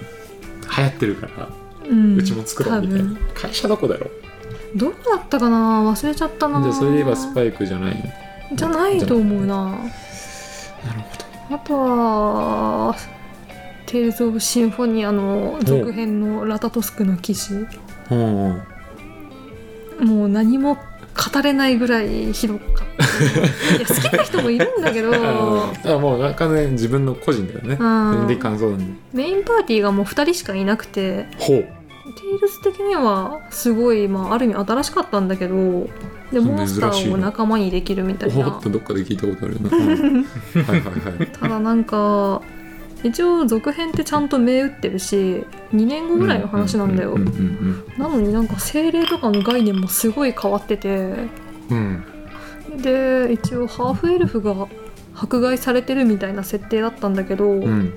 行ってるから、
あ、うん、
うちも作ろうみたい
多
な
分
会社どこだろ
どこだったかな忘れちゃったな
じゃあそれで言えばスパイクじゃない
じゃないと思うな
なるほど
あとは「テイルズ・オブ・シンフォニア」の続編の「ラタトスクの騎士
うんうん、」
もう何も語れないぐらいひどか ったいや好きな人もいるんだ けど
あだからもう完全に自分の個人だよね
うん
で感想なんで
メインパーティーがもう2人しかいなくて
ほう
テイルズ的にはすごい、まあ、ある意味新しかったんだけどでモンスタ
珍しい
ー
な
を仲間にできるみたい
おお
な
っとどっかで聞いたことある なはいはいはいはい
ただなんか一応続編ってちゃんと銘打ってるし2年後ぐらいの話なんだよ、
うんうん
なのになんか精霊とかの概念もすごい変わってて
うんうん
で一応ハーフエルフが迫害されてるみたいな設定だったんだけど、
うんうん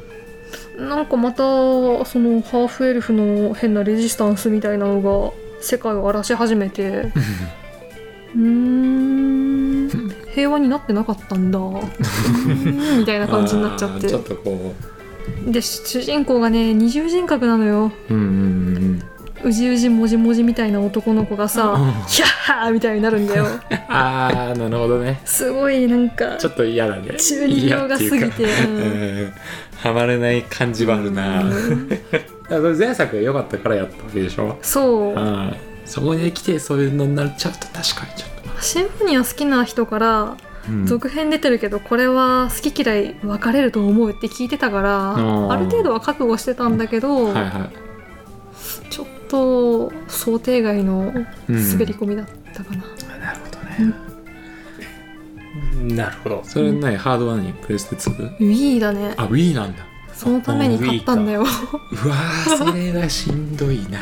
なんかまたそのハーフエルフの変なレジスタンスみたいなのが世界を荒らし始め てうーん平和になってなかったんだうーんみたいな感じになっちゃっ
あー
て
ちょっとこ
で主人公がね二重人格なのよ
ううんうんうんうん
うじうじもじもじみたいな男の子がさ「ヒャッハー!」みたいになるん だよ
ああなるほどね
すごいなんか
ちょっと嫌だね
中二病が過ぎて
嫌っていうか
うん
うんハマれない感じはあるな、
うん
だから前作が良かったからやったわけでしょ
そう
うんそこに来てそういうのになっちゃうと確かにちょっ
シンフォニア好きな人から
と、うん
続編出てるけどこれは好き嫌い分かれると思うって聞いてたから
うん
ある程度は覚悟してたんだけど
はいは
ちょっと想定外の
い、うん
滑り込みだったかな
なるほどね。なるほど。
それない、ハードは何プレステ 2?
Wii だね
あ Wii なんだ
そのために買ったんだよ
うわーそれはしんどいな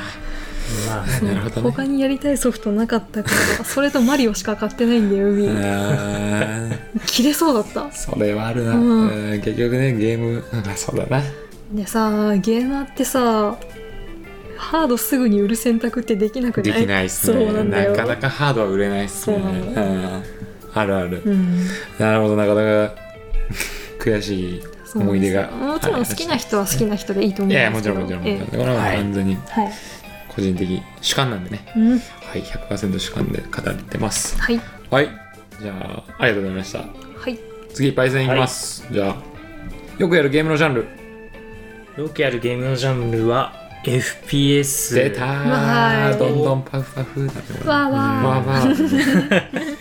まあ、
なるほどね
他にやりたいソフトなかったからそれとマリオしか買ってないんだよ
あ
Wii
ー
切れそうだった
それはあるな、
うん
うん結局ねゲームうんそうだな
でさゲーマーってさハードすぐに売る選択ってできなくない
できないっすね
そうなんだよ
なかなかハードは売れないっすね
そうなんだ
うんあるある、
うん
なるほどなかなか 悔しい
そうなん
思い
で
出
すよ
が
もちろん好きな人は好きな人でいいと思
い
うん
やいや
で
も
す
ち
けど
ろんもちろんもち
え
ろんこれはもう
はい
完全に
えはい、
個人的主観なんでね
うん、
はい100%主観で語ってます
はい
はいじゃあありがとうございました
はい
次パイセンいきます、じゃあよくやるゲームのジャンル
よくやるゲームのジャンルは FPS。
出た
うわー
ー
い
どんどんパフパフだねこれ
わー
わ
わ
ーわー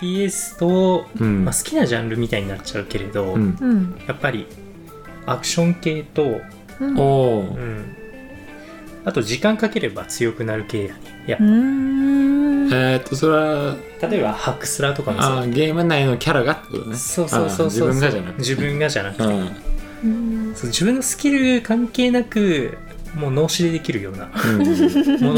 FPS と、
うん
まあ、好きなジャンルみたいになっちゃうけれど、
うん
ーうん
やっぱりアクション系と
おお
うんあと時間かければ強くなる系やねいや
うーん
えー、っとそれは
例えばハクスラーとかも
あ
さ
ーゲーム内のキャラがってことね
そうそうそう
あ
そ
ー自分
う
がじゃなくて
自分がじゃなくて
うん
うん
そう自分のスキル関係なくもう脳死でできるような
うん
もの
キ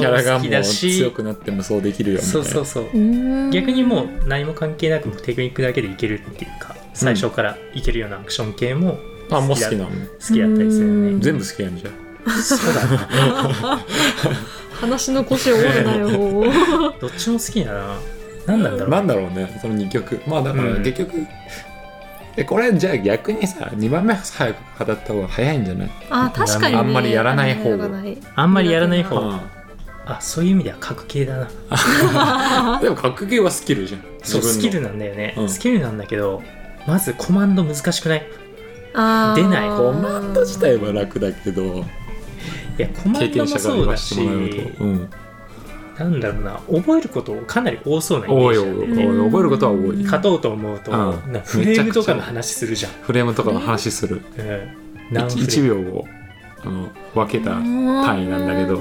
ャラが
が
も
好き
う
だし
強くなって無双できるよみたい
そ
な
うそうそう
うん
逆にもう何も関係なくもうテクニックだけでいけるっていうか最初からいけるようなアクション系も
あもう好きなの
好きだったりする
う
ね
ん
全部好きやんじゃん
そうだな
話の腰折るな よ
どっちも好きだな何なんだろう
なんだろうねその2曲まあだから
うん
結局、えこれじゃあ逆にさ2番目早く語った方が早いんじゃない
あ確かに、ね、
あんまりやらない方
あんまりやらない
あんまりやらない方
うん
あそういう意味では格系だな
でも格ゲーはスキルじゃん
そ
自
う
分
ス
の
キルなんだよね、
うん
スキルなんだけどまずコマンド難しくない
あー
出ない
コマンド自体は楽だけど
いやコマ
経
ン
験
ド
者
も
から
そう
言
だ
わせ
して
もらうと、うん、
なんだろうな覚えることかなり多そうなイメ
多
ー
い
ジ
多
だ
い多
よね
い覚えることは多い
うん
勝とうと思うと、
うん
なフレームとかの話するじゃん、
フレームとかの話する
うん、何フレ
1,
ーム
秒をあの分けた単位なんだけど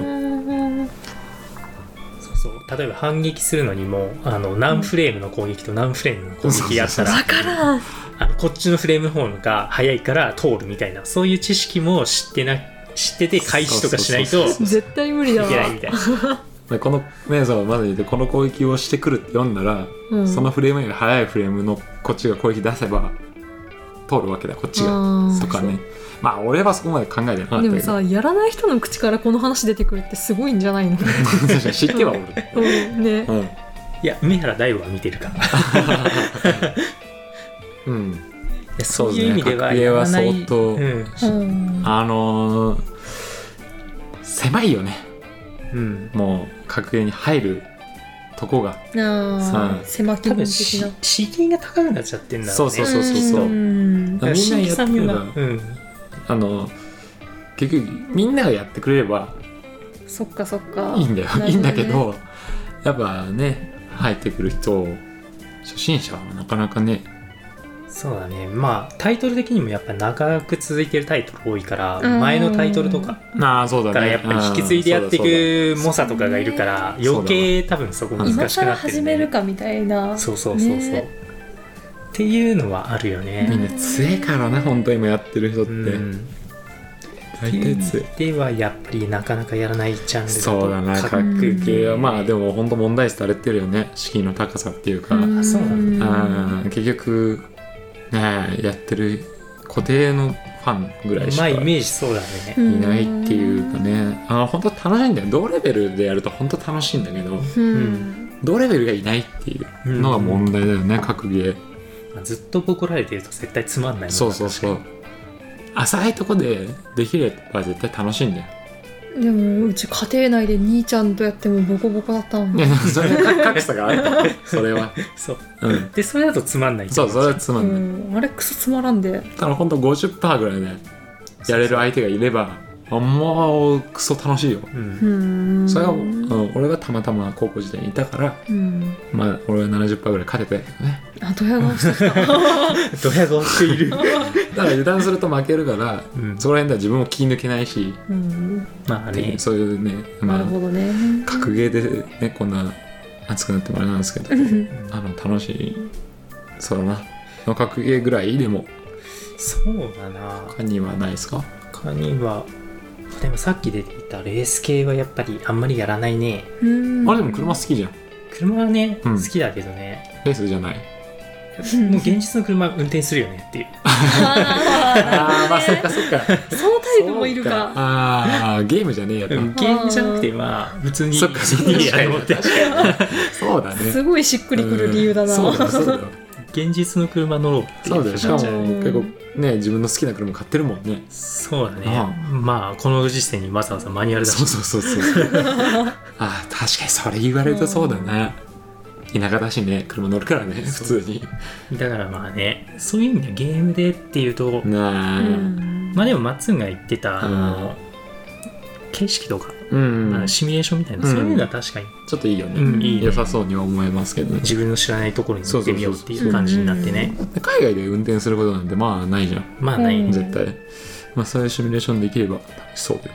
そうそう例えば反撃するのにもあの何フレームの攻撃と何フレームの攻撃やったら
だからん
あのこっちのフレームの方が早いから通るみたいなそういう知識も知ってな知ってて開始とかしないと
そう
い
そう
絶対無理だわ
けないみたいな
でこのメンサーをまず言ってこの攻撃をしてくるって読んだら、
うん
そのフレームより速いフレームのこっちが攻撃出せば通るわけだこっちが
あー
とかねまあ俺はそこまで考えてなかった
で
けど
もさやらない人の口からこの話出てくるってすごいんじゃない の
確かに知ってはおる、
うんね
いや梅原大悟は見てるから
うんうん、
いや
そ
そうう
ですね
いう意味では
格ゲーは
やらない
相当
うん
うん
あのー、狭いよね
うん、
もう格ゲーに入るとこが
あ
さあ
ー狭き
多
門
分
的
し
な
敷居が高くなっちゃってんだろうね
そうそうそうそう
うん
だから
みんなやっ
敷居
て
さ
れば
んがうん
あの結局みんながやってくれれば
そっかそっか
いいんだよ、
なるほどね
いいんだけどやっぱね入ってくる人初心者はなかなかね
そうだねまあタイトル的にもやっぱ長く続いてるタイトル多いから
うん
前のタイトルとか
ああそうだね
からやっぱり引き継いでやっていく猛者とかがいるから
そうだ
余計多分そこ難しくな
今
ってる、ね、
更始めるかみたいな
そうそうそうそう、
ね
っていうのはあるよ
うんみ
ね
んな強いからね本当今やってる人って、
うん
大体強い
ではやっぱりなかなかやらないジャンルだと
そうだな
格
格ゲーは
うん
まあでも本当問題視されてるよね敷居の高さっていうか、
ん
あそうなん
あー結局ねやってる固定のファンぐらいしか
まあイ
い
メージそうだね、
ないっていうかねあの本当楽しいんだよ同レベルでやると本当楽しいんだけど
うん
同レベルがいないっていうのが問題だよね、格ゲー
まあずっとボコられてると絶対つまんないもんな
そうそうそう浅いとこでできれば絶対楽しいんだよ
でもうち家庭内で兄ちゃんとやってもボコボコだったもん
いやでもそれは格格差がある からそれは
そう
うん
でそれだとつまんない
そうそれはつまんない、
うんあれクソつまらんで
ただ本当50%ぐらいでやれる相手がいればあもうクソ楽しいよ
うん
うん
それは、う
うん
ん、俺がたまたま高校時代にいたからまあ俺は70%ぐらい勝てたけど ね
あドヤ顔してきた
ドヤ顔している、
だから油断すると負けるから
うん
そこら辺では自分も気抜けないし、
うん
まあね
そういうね、
な
ま
るほ
あ、
どね
格ゲーでねこんな熱くなってもあれなんですけど
うん
あの楽しいそうだなの格ゲーぐらいでも
そうだな
他にはないですか
他にはでもさっき出ていたレース系はやっぱりあんまりやらないね
うん
あれでも車好きじゃん
車はね、
うん
好きだけどね
レースじゃない
もう現実の車運転するよねっていう
ああまあそっかそっか
そのタイプもいる
そう
か
ああゲームじゃねえやと、
うんゲームじゃなくてまあ普通に
そっかそっか
いいやと思って
そうだね
すごいしっくりくる理由だ
うん
な
そうだよそうだよ
現実の車乗ろうっ て
そうだよしかも結構
うん
ね自分の好きな車買ってるもんね
そうだねまあこのご時世にわざわざマニュアルだし
そうそうそうそう あー確かにそれ言われるとそうだな田舎だしね車乗るからね普
そ
通
う
に
だからまあねそういう意味ではゲームでっていうと、
なあ
うん
まあでもマッツンが言ってた、あ
うん
の形式とか、
うん、
あの
ち
シミュレーションみたいな、
うん
そういうのは確かに
ょっといいよね、
うんいいね
良さそうには思えますけどね
自分の知らないところに行ってみようっていう感じになってね、
海外で運転することなんてまあないじゃん
まあない、
うん
絶対まあ、そういうシミュレーションできれば楽しそうで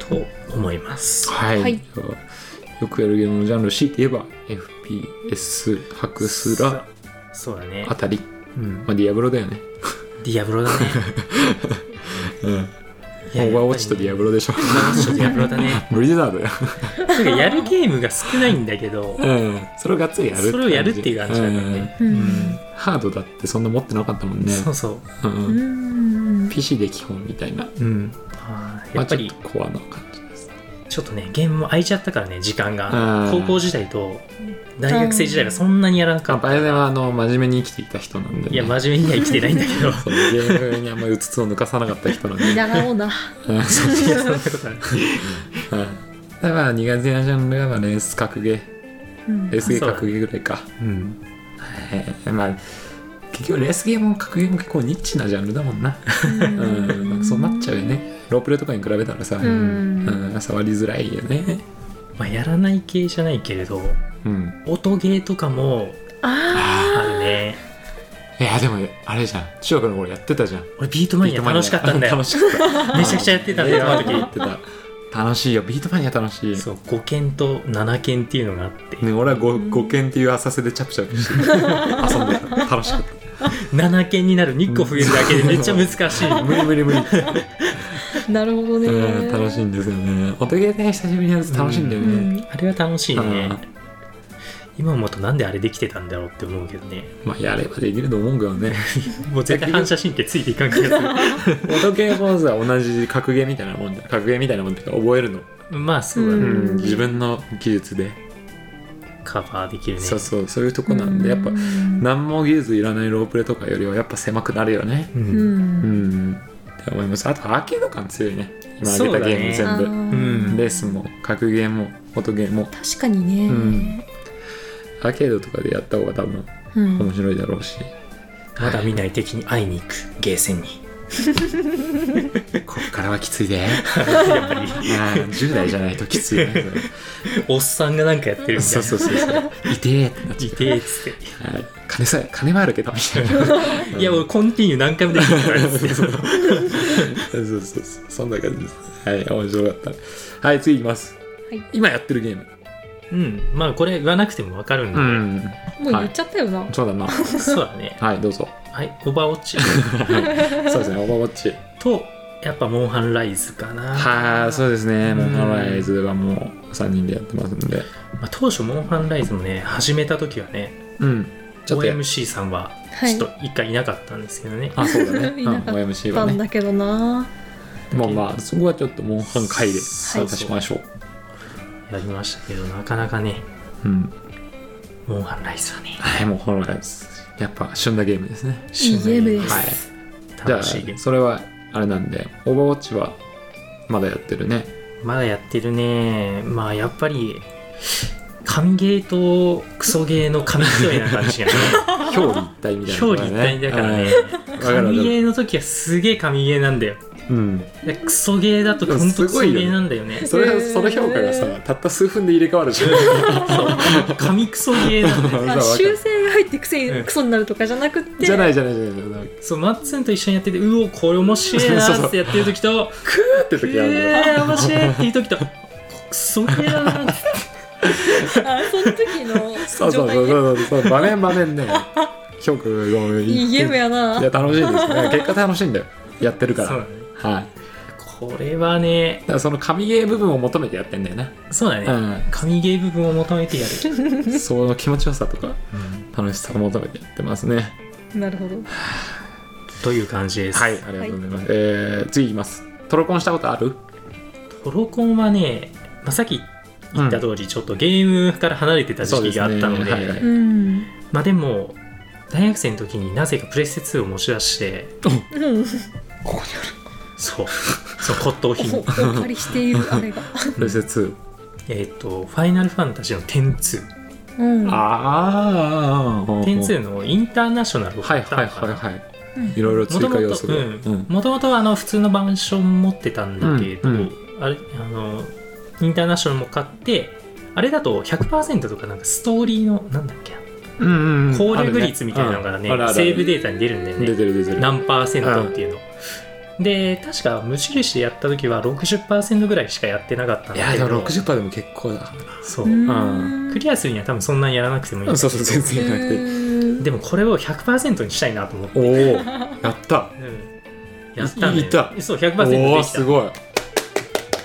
と思います
はい、
はい
ではよくやるゲームのジャンル C って言えば FPS ハクスラ
そうだね
あたり、
うん
まあ、ディアブロだよね
ディアブロだね
うん
いや
オーバーウォッチとディアブロでしょ
オーバーウォッチとディアブロだね
ブリザードや
なんかやるゲームが少ないんだけど
うんそれをがっつりやるって感じ
それをやるっていう感じだからね、
うん
ハードだってそんな持ってなかったもんね
そうそう
うん
う
うん
ん
PC で基本みたいな
うんあー
ま
や
あ
っぱ
ちょっ
り
とコアな感じです
ちょっとねゲームも空いちゃったからね時間が
うん
高校時代と大学生時代がそんなにやらなか
まあ
った
バイオネはあの真面目に生きていた人なんで、ね、
いや真面目には生きてないんだけど
そのゲームにあんまりうつつを抜かさなかった人なんで、
見 習おうな。
うんそう
いやそんなことない
うんだから苦手なジャンルがまあレース格ゲー
うん
レースゲー格ゲーぐらいか
うん
はいまあ結局レースゲーも格ゲーも結構ニッチなジャンルだもんなうんなんかそうなっちゃうよねロープレとかに比べたらさ、
う
うんん触りづらいよね
まあやらない系じゃないけれど
うん
音ゲーとかも
あ
あるね
いやでもあれじゃん中学の頃やってたじゃん
俺ビートマニア楽しかったんだよ
楽しかった
めちゃくちゃやってたんだよ
うん
あの時
やってた楽しいよビートマニア楽しい
そう5件と7件っていうのがあって
ね、俺は 5, 五軒っていう浅瀬でチャプチャプ して遊んでた楽しかっ
7件になる2個増えるだけでめっちゃ難しい
た無理無理無理
あ、なるほどね
うん。楽しいんですよね音ゲーね久しぶりにやると楽しいんだよ
う
ね、
ん。
あれは楽しいね
うん
今思うとなんであれできてたんだろうって思うけどね
まあやればできると思うけど ね
もう絶対反射神経ついていかん気がす
音ゲーもさ同じ格ゲーみたいなもんだ格ゲーみたいなもんだから覚えるの、
るまあそうだ
う
ね
ん
自分の技術で、
カバーできるね
そうそうそういうとこなんでやっぱ
うん
何も技術いらないロープレとかよりはやっぱ狭くなるよね
う
うん。
うんんって思いますあとアーケード感強いね今挙げたゲーム
そう
全
あ
部、
ー
うん
レースも格ゲーも音ゲーも
確かに
うん
ね。
アーケードとかでやった方が多分
う
面
ん。
白いだろうし、
まだ見ない敵に会いに行くゲーセンに
こっからはきつい で
やっぱり
あー10代じゃないときついね
おっさんがなんかやってるみた
そう
いな
そうそうそう痛えってなっちゃ
いてえっつって
う、はい、金さえ金はある けどみたいな
いや俺コンティニュー何回もできるからっつって
そうそうそうそんな感じですはい面白かったはい次いきます、
はい
今やってるゲーム
うんまあこれ言わなくてもわかるんで、
ん
もう言っちゃったよな。
そうだな
そうだね
はいど うぞ
はいオーバーウォ ッチ
そうですねオーバーウォッチ
とやっぱモンハンライズかな
はいそうですねモンハンライ
ズ、
ズはもう3人でやってますんで
まあ、当初モンハンライズもね始めた時はね
うんちょっとや
OMC さんは
はい
ちょっと一回いなかったんですけどね、
あそうだね、う ん、
いなかった
OMC
な
は
ん
ね
だけどな。
もうまあそこはちょっとモンハン回で参加しましょう、
やりましたけどなかなかね
うん
モンハンライズはね
はいもうホロライズやっぱ旬なゲームですね
いいゲームです。
はいじゃ
楽しいゲー
あ
ム
それはあれなんでオーバーウォッチはまだやって るね
まだやってるねまあやっぱり神ゲーとクソゲーの神強いな感じがね
表裏一体みたいな
表裏一体だからね
うんわかるわ
神
か
ゲ
る
ーの時はすげえ神ゲーなんだよ
うん
でクソゲーだとほんとクソゲーなんだよね
それはその評価がさたった数分で入れ替わる じゃんそう
神クソゲーなん だよ
あ
わか
修
る
正が入ってクセ
うん
クソになるとかじゃなくて。。
じゃないいじゃないじゃないじゃない
そうマッツンと一緒にやっててうおこれ面白いなーってやってる時と
って時あるのよ
えー、面白いっていう時と、クソゲーだなって
あ、その時の
そうそ
状
う
態
そう
ね。
そうそう場面場 面ね評価がごめん
いいゲームやない
や。楽しいですね結果楽しいんだよやってるから
そ
は
う
いだか
これはね、
らその神ゲー部分を求めてやってんだよね
そうだね、神ゲー部分を求めてやる。
うんその気持ちよさとか楽しさを求めてやってますね
なるほど。
という感じです。
はい、ありがとうございます。えー次いきます。トロコンしたことある
トロコンはね、まあ、さっき言った通り、ちょっとゲームから離れてた時期があったの
そう
で、
ですねはいはい
うん。
まあでも、大学生の時になぜかプレステ2を持ち出して、
うん。
ここにある。
そう、そう骨董
お
品
お、借りしているあれが。
プレステ2。
えっと、ファイナルファンタジーの10-2。
うん。
ああ。
10-2のインターナショナルを
は
買
い
った
はい
のかな
はいはい。
うん
いろいろ追
もとも
加
と
要素が。うん
もともとあの普通のバンション持ってたんだけど、
うんうん
あれあのインターナショナルも買ってあれだと100%とかなんかストーリーのなんだっけな
うんうん
攻略率みたいなのがね
あるある
セーブデータに出るんだよ
出
ね
てる出てる。
何パーセントっていうの、で確か無印でやった時は60%ぐらいしかやってなかったん
い
だ
や
け
で
ど
も60%でも結構だ
そうう、
ーん
うん、クリアするには多分そんなにやらなくてもいいんだけ
そ
ど
うそう全然いなくていい
でもこれを100%にしたいなと思って、
おおやった
うんやったんだよ
いいた
そう100%でき
おお
た
ーすごい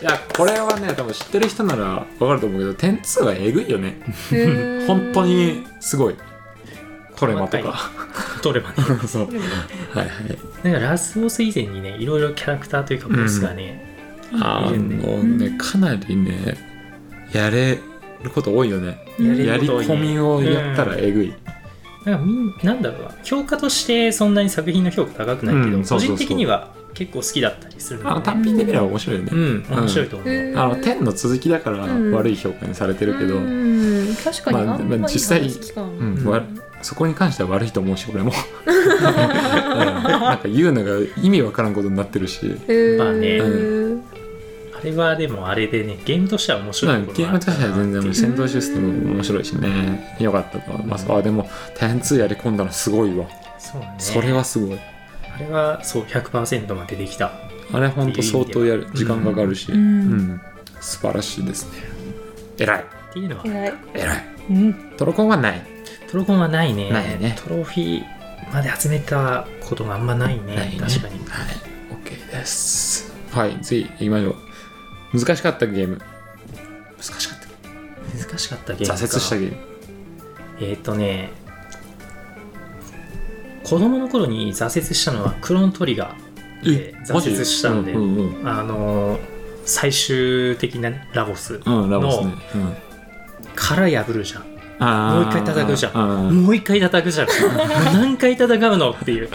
いやこれはね多分知ってる人ならわかると思うけど点数はえぐいよね 本当にすごいトレマとか
取ればね
そうはいはい
なんかラスボス以前にねいろいろキャラクターというかボスがね、
あ
いいよね
のねかなりねやれること多いよね
うん
やり込みをやったらえぐい、
なんかみんなんだろうな評価としてそんなに作品の評価高くないけど、
うんそうそうそう
個人的には結構好きだったりする
あ
の
の
で、ね、
単品で見れば面白いよね、
うん面白いと思う、
うん
あの天の続きだから
うん
悪い評価にされてるけど、
うん確かにあん
まあ
まり
まあ実際
話聞かん
うん
うん
わそこに関しては悪いと思うし 俺も、うんなんか言うのが意味わからんことになってるし
まあね
うん
あれはでもあれでねゲームとしては面
ま
白
あ
いとこ
ゲ
ろ
ー
があ
ム
っ
と
た
し
な
ては全然
っていう
戦闘システムも面白いしね良かったと思います、あでも点数やり込んだのすごいわ、
そうね
それはすごい
あれはそう100%までできた
あれほんと相当やる
ってい
時
う意味で
間
は
かかるし、
うん
うん素晴らしいですね偉い
っていうのは
偉い
偉い
うん
トロコンはない
トロコンはないね
ないね
トロフィーまで集めたことがあんまないね
ないね
確かに
はい OK ですはい次行きましょう難しかったゲーム難しかった
難しかったゲーム
挫
か
折したゲーム
えーっ、とね子供の頃に挫折したのはクロントリガーで
マ
挫
ジ
折したんで、
うんうん
あのー最終的なねラボス
うん、うん、ラボスね、うん、
から破るじゃん
あー
もう一回叩くじゃん
あー
もう一回叩 くじゃん何回戦うのっていう、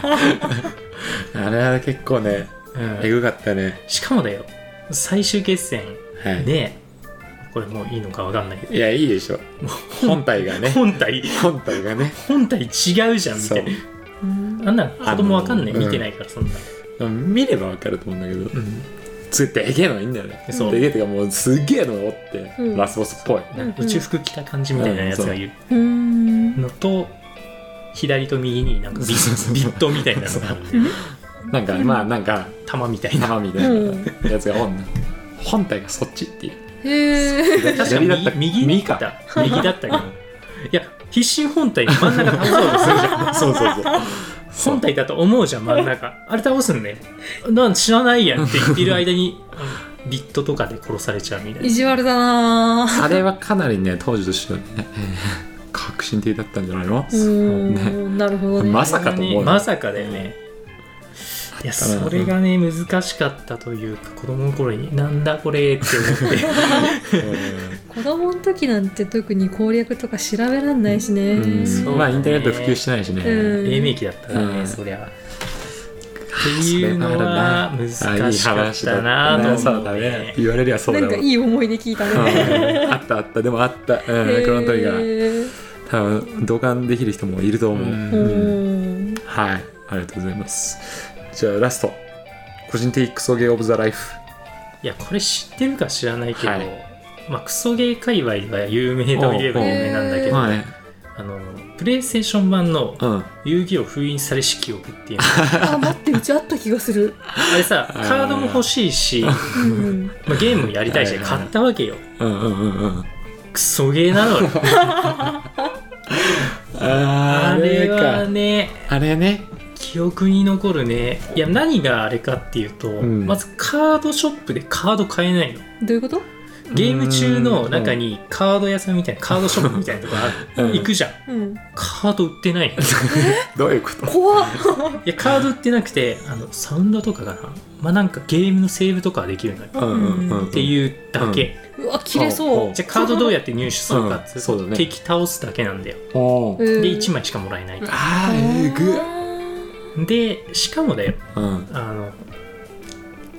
あれは結構ね
うん
えぐかったね
しかもだよ最終決戦
はい、
でこれもういいのかわかんないけど
いやいいでしょ本体が ね
本体
本体がね
本体違うじゃんみ
そ
た
う
いな
うん
あんなの子供わかんな
あ
い
のー
見てないからそんな
見ればわかると思うんだけど
うん
つでけえのがいいんだよね
そう
でけえってかもうすげえのがおって、
うん
ラスボスっぽい
なんか宇宙服着た感じみたいなやつがいる
うん
のと左と右になんかビビ
そうそうそう
ットみたいなのがあるんで
なんかまあなんか
玉みたいな
玉みたいなやつがおんな本体がそっちっていう
へえ
確か
左だった
右右
右
右
か
だった右だったけどいや必死に本体真ん中倒そうとするじゃん
そうそうそう
本体だと思うじゃん真ん中あれ倒すんねなん知らないやんって言ってる間にあのビットとかで殺されちゃうみたい
意
な
地悪だな
あれはかなりね当時としてはねえー革新的だったんじゃないの
う
ね
んなるほどね
まさかと思うよ
まさかだよねいや
たな
それがね難しかったというか子供の頃になんだこれって思って
う
子供の時なんて特に攻略とか調べらんないしね
ん
そう
まあインターネット普及してないしね、
うん
黎明期だったからね、
うん
そりゃっていうのは難
あいい
しかっ
話
た
だ
な
ね
と
そう
思
だ
う
ね
ね
言われりゃそう
な
だ
ん
わ
かいい思い出聞いたね
うんあったあったでもあった、うん、クロントリガー
へえ
多分同感できる人もいると思う、
うん
うん
はいありがとうございますじゃあラスト個人的クソゲーオブザライフ
いやこれ知ってるか知らないけど、
はい
まあ、クソゲー界隈は有名といえば有名なんだけど、
まあね
あのプレイステーション版の
うん
「遊戯王封印されし記憶」っていうの
あ待ってうちあった気がする
あれさ
あ
カ
ー
ードも欲しいし、ま
うんうん
あ、ゲームもやりたいし
はいはいはい
買ったわけよ
うんうんうんうん
クソゲーなの よ
あ
あ
れ
れ
か
はね
あれね
記憶に残るねいや何があれかっていうと、
ん
まずカードショップでカード買えないの
どういうこと
ゲーム中の中にカード屋さんみたいなカードショップみたいなとこある、
うん
行くじゃん
うん
カード売ってないの
どういうこと
怖っ
いやカード売ってなくてあのサウンドとかかなまあなんかゲームのセーブとかはできるのよっ
うんうんうん
ていうだけ、
うわ切れそう
じゃあカードどうやって入手するかって、
うんそうだね
敵倒すだけなんだよ
おー
で
で1枚しかもらえない
あーえぐ
でしかもだよ
うん
あの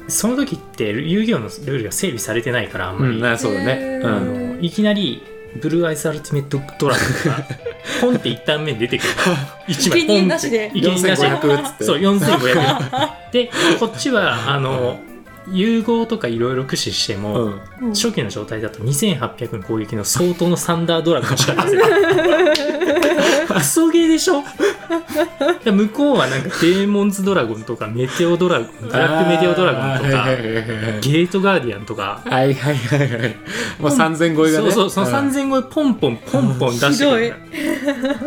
その時って遊戯王のルールが整備されてないからあんま
う
り、
んあそうだね
へ
う
ー
あ
ん
のいきなりブルーアイスアルティメットドラゴンがポンって一旦目に出てくる1枚
生贄
ポンって
なしで
生贄なしで
4500っつって
そう4500でこっちはあの融合とかいろいろ駆使して
う
も、
ん
うん
初期の状態だと2800の攻撃の相当のサンダードラゴンしか出せない クソゲーでしょ向こうはなんかデーモンズドラゴンとかメテオドラゴンブラックメテオドラゴンと
あー
か
はいはいはいはい
ゲートガーディアンとか
はいはいはいはい。もう3000超えが
そ
ね。
うそうその
ん
3000超えポンポンポンポン出してくるか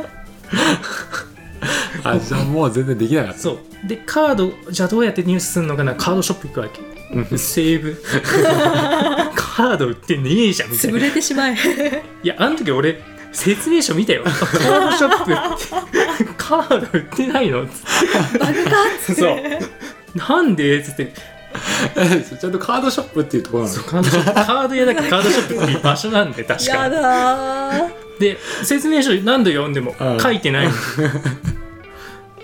ら
あ、じゃあもう全然できなかった。
そうでカードじゃあどうやって入手するのかなカードショップ行くわけセ ーブカード売ってねえじゃんみたい
潰
な
れてしまえ
いやあの時俺説明書見たよカードショップってカード売ってないのつってそうなんでつって
ちゃんとカードショップっていうところなの。
カードショップカード屋だけどカードショップっていう場所なんで確
や
か
だー
で説明書何度読んでも
うん
書いてないの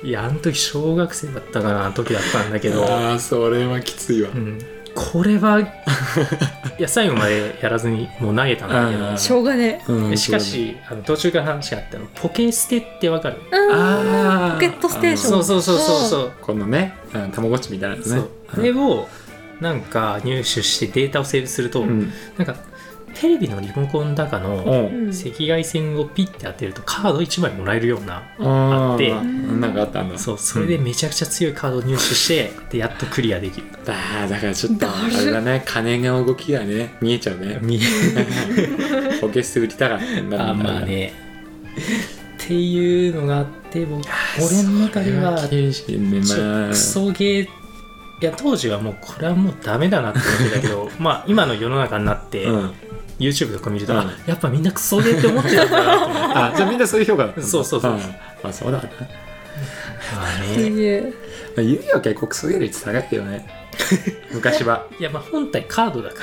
いやあの時小学生だったかな時だったんだけど
ああ、それはきついわ
う。んこれはいや最後までやらずにもう投げたんだけど
うん
しょうがね
うん
でしか、しあの途中から話があったのポケステってわかる
えうん
あー
ポケットステーション
そうそうそうそうそう
このね、あたまごっちみたいなやつ
そ
ね
う。これをなんか入手してデータをセーブすると、
うん。
なんかテレビのリモコンの中
う
の
ん。
うん
赤外線をピッて当てるとカード1枚もらえるような
あ
あって
なんかあったんだ。
そうそれでめちゃくちゃ強いカードを入手してでやっとクリアできる
だーだからちょっとあれだね金の動きがね見えちゃうね
見え
ポケステ売りたかったんだ
あまあねっていうのがあって僕俺の中ではちょ
厳しいね
っ
ま
と
あ
クソゲーいや当時はもうこれはもうダメだなって思ってたけど まあ今の世の中になって、
うん、
YouTube とか見ると、
うん
あやっぱみんなクソゲーって思ってたんだなって思って
あじゃあみんなそういう評価だったんだ
そうそうそうん
まあそうだな
まあ
って
ね
いう
ゆうは結構クソゲー率下がったよ ね昔はい
やまあ本体カードだか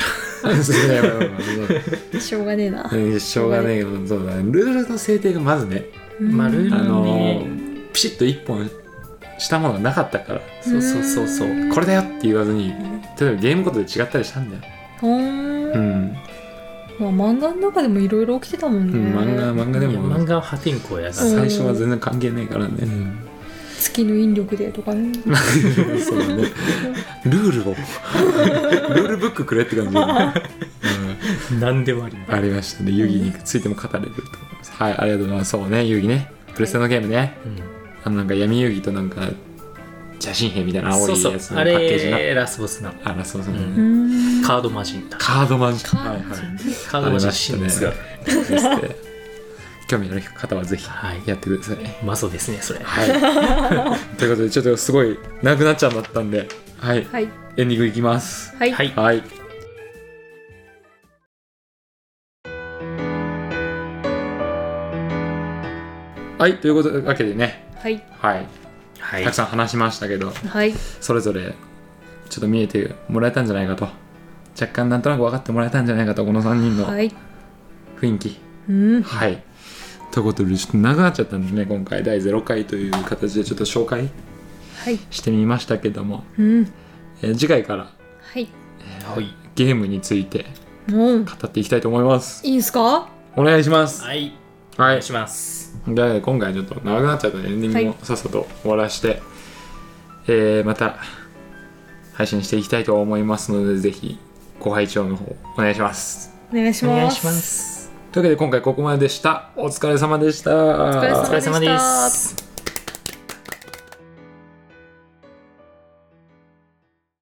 ら
それはまあまあ そう
しょうがねえな、
うんしょうがないけどそうだねルールの制定がまずね、
うん
まあルール
あの
ね
ーピシッと一本したものがなかったから
そうそうそうそううん
これだよって言わずに例えばゲームごとで違ったりしたんだよ
ほーん
うん、
まあ漫画の中でもいろいろ起きてたもん
う
ね、
ん、漫画漫画で
いや
も
漫画は破天荒やな、
うん
最初は全然関係ないからね、
月の引力でとかね
そうだね ルールをルールブックくれって感じ、うん、
何でもあり
ありましたね遊戯についても語れると思いますはいありがとうございますそうね遊戯ねプレステのゲームね
うん
あのなんか闇遊戯となんか邪神兵みたいな青い
そ
や
う
つのパ
そう
ッ
あ
ケージな
れラスボスな
あらそうそう、
うん
うーん
カードマジンだ
カードマンション
カードマンション
カードマジンシンですが、
ありましたね興味のある方はぜひ
はい
やってください、
マゾですねそれ
は いということでちょっとすごいなくなっちゃったんではい
はい
エンディングいきます
はい、
はい
はいはいということわけでね
はい
はい
は
たくさん話しましたけど
はい
それぞれちょっと見えてもらえたんじゃないかと若干なんとなく分かってもらえたんじゃないかとこの3人の
はい
雰囲気
うん
はい。ということで、ちょっと長くなっちゃったんでね、今回、第0回という形でちょっと紹介
はい
してみましたけども、
うん
えー次回から
はい
はい
ゲームについて
うん
語っていきたいと思います。
いいんすか
お願いします。
はいお
は
願
い
い。します
で、今回ちょっと長くなっちゃったんで、エンディング
は
もさっさと終わらして、えーまた配信していきたいと思いますので、ぜひご拝聴の方お願いします。
お願いし
お
ます
願いします
というわけで、今回ここまででした。お疲れ様でした。お疲
お疲れ様でした
お疲れ様です